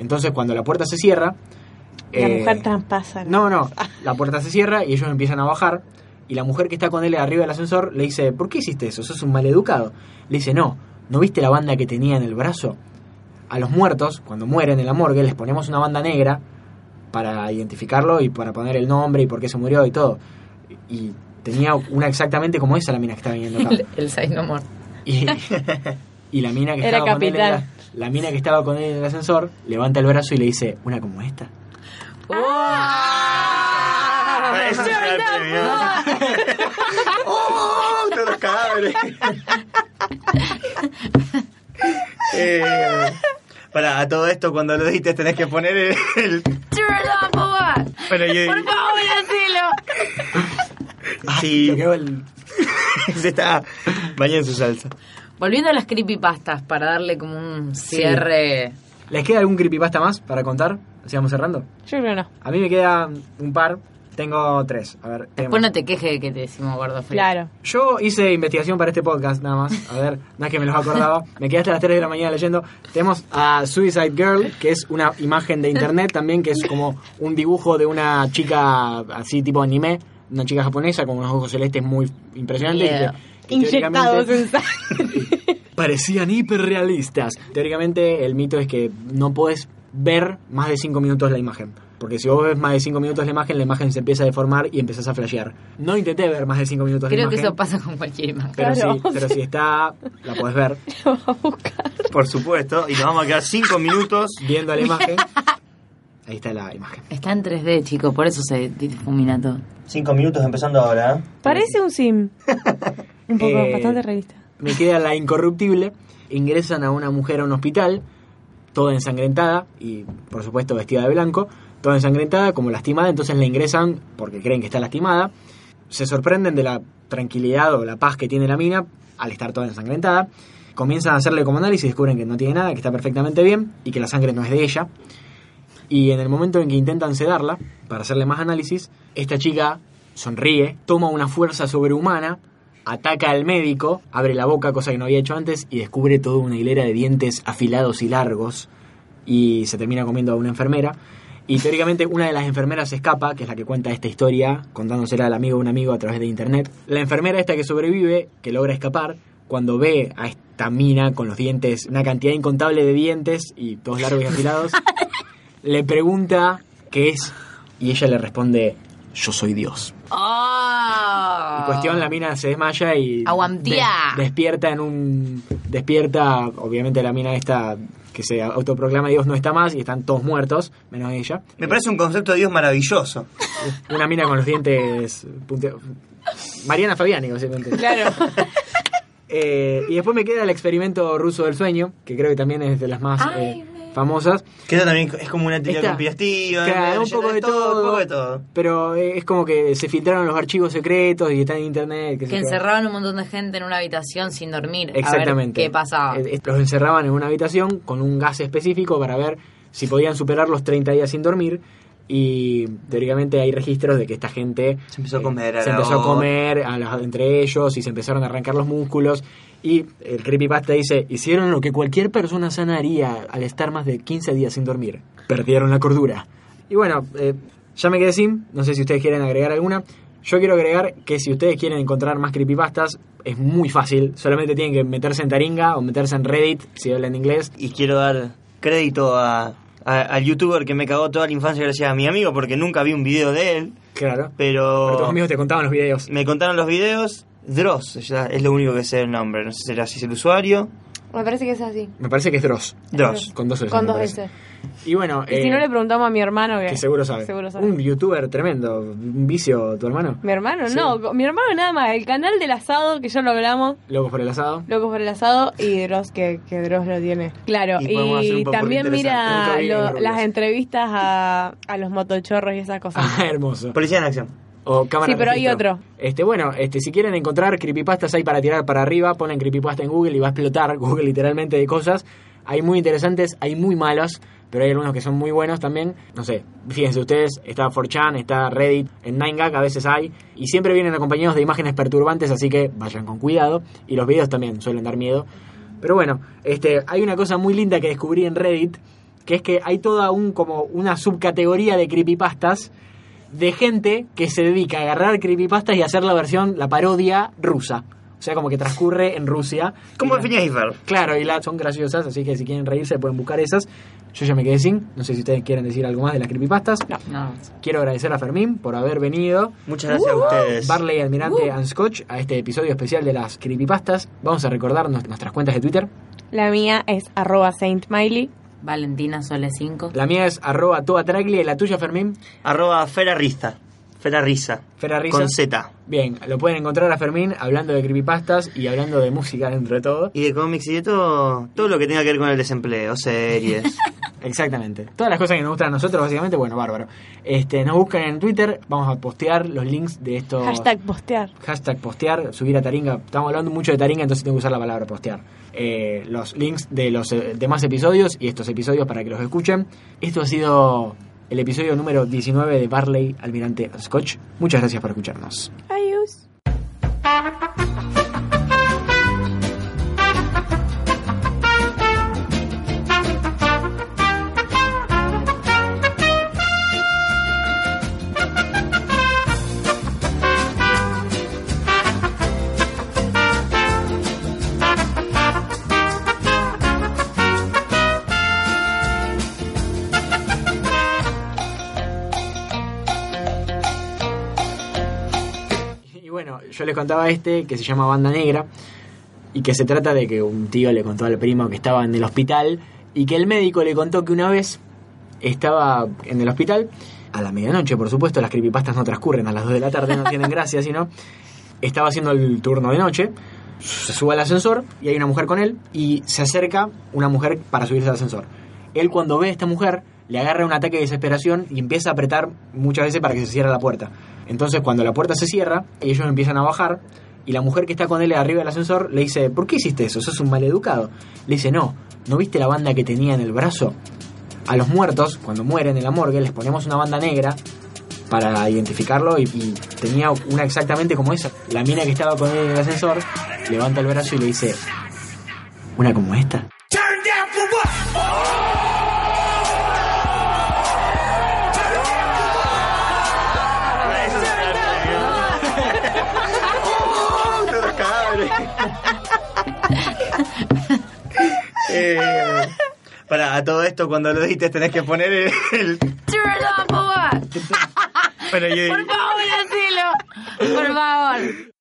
S2: Entonces cuando la puerta se cierra...
S1: La
S2: eh,
S1: mujer traspasa.
S2: no, no. La puerta se cierra y ellos empiezan a bajar. Y la mujer que está con él arriba del ascensor le dice, ¿por qué hiciste eso? ¿Sos un maleducado? Le dice, no, ¿no viste la banda que tenía en el brazo? A los muertos, cuando mueren en la morgue, les ponemos una banda negra para identificarlo y para poner el nombre y por qué se murió y todo. Y tenía una exactamente como esa la mina que está viniendo acá.
S3: El, el Say No More.
S2: Y, y la mina que
S1: Era
S2: estaba con él en la-
S1: capitán.
S2: la mina que estaba con él en el ascensor levanta el brazo y le dice, ¿una como esta?
S4: Ah, eso será el premio. ¡Oh! Todos los cadáveres. eh, para, a todo esto, cuando lo dijiste, tenés que poner el... el- bueno, yo-
S2: Le
S4: Ah, sí,
S2: quedó el-
S4: se está bañando en su salsa.
S3: Volviendo a las creepypastas para darle como un cierre.
S2: ¿Les queda algún creepypasta más para contar? ¿Así vamos cerrando?
S1: Yo creo no.
S2: A mí me queda un par. Tengo tres. A ver,
S3: Después
S2: tenemos.
S3: no te quejes de que te decimos gordo frío.
S1: Claro.
S2: Yo hice investigación para este podcast, nada más. A ver, no es que me los acordaba. Me quedé hasta las 3 de la mañana leyendo. Tenemos a Suicide Girl, que es una imagen de internet también, que es como un dibujo de una chica así tipo anime. Una chica japonesa con unos ojos celestes muy impresionantes. y que-
S3: Miedo.
S2: que
S1: Inyectados
S2: teóricamente-
S1: en sangre.
S2: parecían hiperrealistas. Teóricamente el mito es que no puedes ver más de 5 minutos la imagen. Porque si vos ves más de 5 minutos la imagen, la imagen se empieza a deformar y empezás a flashear. No intenté ver más de 5 minutos la
S3: Creo que
S2: imagen.
S3: eso pasa con cualquier imagen.
S2: pero,
S1: Claro.
S2: sí, pero si está, la podés ver
S4: Por supuesto, y nos vamos a quedar cinco minutos.
S2: viendo la imagen. Ahí está la imagen.
S3: Está en 3D, chico, por eso se difumina todo.
S4: Cinco minutos empezando ahora, ¿eh?
S1: Parece un sim. Un poco,
S2: Eh,
S1: bastante realista.
S2: Me queda la incorruptible. Ingresan a una mujer a un hospital, toda ensangrentada y por supuesto vestida de blanco, toda ensangrentada, como lastimada, entonces la ingresan porque creen que está lastimada. Se sorprenden de la tranquilidad o la paz que tiene la mina al estar toda ensangrentada. Comienzan a hacerle como análisis y descubren que no tiene nada, que está perfectamente bien y que la sangre no es de ella. Y en el momento en que intentan sedarla, para hacerle más análisis, esta chica sonríe, toma una fuerza sobrehumana, ataca al médico, abre la boca, cosa que no había hecho antes, y descubre toda una hilera de dientes afilados y largos, y se termina comiendo a una enfermera. Y teóricamente una de las enfermeras escapa, que es la que cuenta esta historia, contándosela al amigo de un amigo a través de internet. La enfermera esta que sobrevive, que logra escapar, cuando ve a esta mina con los dientes, una cantidad incontable de dientes y todos largos y afilados, le pregunta qué es y ella le responde, yo soy Dios.
S3: ¡Ah!
S2: En cuestión, la mina se desmaya y.
S3: Aguantía.
S2: des- despierta en un. Despierta, obviamente, la mina esta que se autoproclama Dios no está más y están todos muertos, menos ella.
S4: Me parece un concepto de Dios maravilloso.
S2: Una mina con los dientes. punte- Mariana Fabiani, básicamente.
S1: Claro.
S2: Eh, y después me queda el experimento ruso del sueño, que creo que también es de las más eh, famosas.
S4: Que eso también es como una teoría
S2: Esta-
S4: conspirativa.
S2: Claro,
S4: una
S2: un poco de
S4: leyenda
S2: todo,
S4: Un poco de todo.
S2: Pero eh, es como que se filtraron los archivos secretos y están en internet. qué sé
S3: Que
S2: yo.
S3: encerraban un montón de gente en una habitación sin dormir.
S2: Exactamente.
S3: A ver ¿Qué pasaba?
S2: Eh, eh, Los encerraban en una habitación con un gas específico para ver si podían superar los 30 días sin dormir. Y teóricamente hay registros de que esta gente eh,
S4: Se empezó a comer a
S2: se
S4: la
S2: empezó a
S4: otra.
S2: comer a las- entre ellos y se empezaron a arrancar los músculos. Y el creepypasta dice: Hicieron lo que cualquier persona sana haría al estar más de 15 días sin dormir. Perdieron la cordura. Y bueno, eh, ya me quedé sin. No sé si ustedes quieren agregar alguna. Yo quiero agregar que si ustedes quieren encontrar más creepypastas, es muy fácil. Solamente tienen que meterse en Taringa o meterse en Reddit, si hablan inglés.
S4: Y quiero dar crédito a, a- al youtuber que me cagó toda la infancia gracias a mi amigo, porque nunca vi un video de él,
S2: Claro. Pero tus
S4: pero
S2: amigos te contaban los videos.
S4: me contaron los videos. Dross, ya es lo único que sé el nombre, no sé si será así el usuario.
S1: Me parece que es así.
S2: Me parece que es Dross.
S4: Dross.
S2: Con dos S.
S1: Con
S2: me
S1: dos
S2: parece.
S1: veces.
S2: Y bueno.
S1: Y si
S2: eh,
S1: no le preguntamos a mi hermano que.
S2: Que seguro sabe.
S1: Seguro sabe.
S2: Un youtuber tremendo. Un vicio, tu hermano.
S1: Mi hermano,
S2: Sí.
S1: no. Mi hermano nada más. El canal del asado, que ya lo hablamos.
S2: Locos por el asado.
S1: Locos por el asado y Dross, que, que Dross lo tiene. Claro,
S4: Y podemos hacer
S1: y,
S4: un popurrí
S1: también
S2: interesante.
S1: mira
S2: Nunca vi
S1: lo-
S2: rubios.
S1: las entrevistas a, a los motochorros y esas cosas.
S2: Ah, hermoso.
S4: Policía en acción.
S2: O cámara
S1: Sí, pero
S2: de registro.
S1: hay otro.
S2: Este, bueno, este, si quieren encontrar creepypastas hay para tirar para arriba, ponen creepypasta en Google y va a explotar Google literalmente de cosas. Hay muy interesantes, hay muy malos, pero hay algunos que son muy buenos también. No sé, fíjense ustedes, está 4chan, está Reddit, en 9gag a veces hay, y siempre vienen acompañados de imágenes perturbantes, así que vayan con cuidado. Y los videos también suelen dar miedo. Pero bueno, este, hay una cosa muy linda que descubrí en Reddit, que es que hay toda un, como una subcategoría de creepypastas de gente que se dedica a agarrar creepypastas y hacer la versión, la parodia rusa. O sea, como que transcurre en Rusia.
S4: ¿Cómo
S2: Y la-
S4: definís Ifer?
S2: Claro, y las son graciosas, así que si quieren reírse pueden buscar esas. Yo ya me quedé sin. No sé si ustedes quieren decir algo más de las creepypastas.
S3: No.
S2: Quiero agradecer a Fermín por haber venido.
S4: Muchas gracias a ustedes.
S2: Uh-huh. Barley, Almirante
S4: Uh.
S2: and Scotch a este episodio especial de las creepypastas. Vamos a recordar nos- nuestras cuentas de Twitter.
S1: La mía es arroba Saint Miley.
S3: Valentina Sole 5.
S2: La mía es arroba toda traglia y la tuya, Fermín.
S4: Arroba Ferarriza. Ferarriza.
S2: Ferarriza.
S4: Con Z.
S2: Bien, lo pueden encontrar a Fermín hablando de creepypastas y hablando de música dentro de todo.
S4: Y de cómics y de todo, todo lo que tenga que ver con el desempleo, series.
S2: Exactamente. Todas las cosas que nos gustan a nosotros, básicamente, bueno, bárbaro. Este, nos buscan en Twitter, vamos a postear los links de estos.
S1: Hashtag postear.
S2: Hashtag postear, subir a Taringa. Estamos hablando mucho de Taringa, entonces tengo que usar la palabra postear. Eh, los links de los eh, demás episodios y estos episodios para que los escuchen. Esto ha sido el episodio número 19 de Barley, Almirante Scotch. Muchas gracias por escucharnos.
S1: Adiós.
S2: Y bueno, yo les contaba este que se llama Banda Negra y que se trata de que un tío le contó al primo que estaba en el hospital y que el médico le contó que una vez estaba en el hospital a la medianoche, por supuesto, las creepypastas no transcurren a las 2 de la tarde, no tienen gracia, sino estaba haciendo el turno de noche, se sube al ascensor y hay una mujer con él y se acerca una mujer para subirse al ascensor. Él cuando ve a esta mujer le agarra un ataque de desesperación y empieza a apretar muchas veces para que se cierre la puerta. Entonces cuando la puerta se cierra, ellos empiezan a bajar Y la mujer que está con él arriba del ascensor le dice, ¿por qué hiciste eso? ¿Sos un maleducado? Le dice, no, ¿no viste la banda que tenía en el brazo? A los muertos, cuando mueren en la morgue, les ponemos una banda negra para identificarlo y, y tenía una exactamente como esa. La mina que estaba con él en el ascensor levanta el brazo y le dice, ¿una como esta?
S4: Eh, para a todo esto, cuando lo dijiste, tenés que poner el. el-
S3: Turn up, boy.
S4: pero yo-
S3: Por favor, hacelo. Por favor.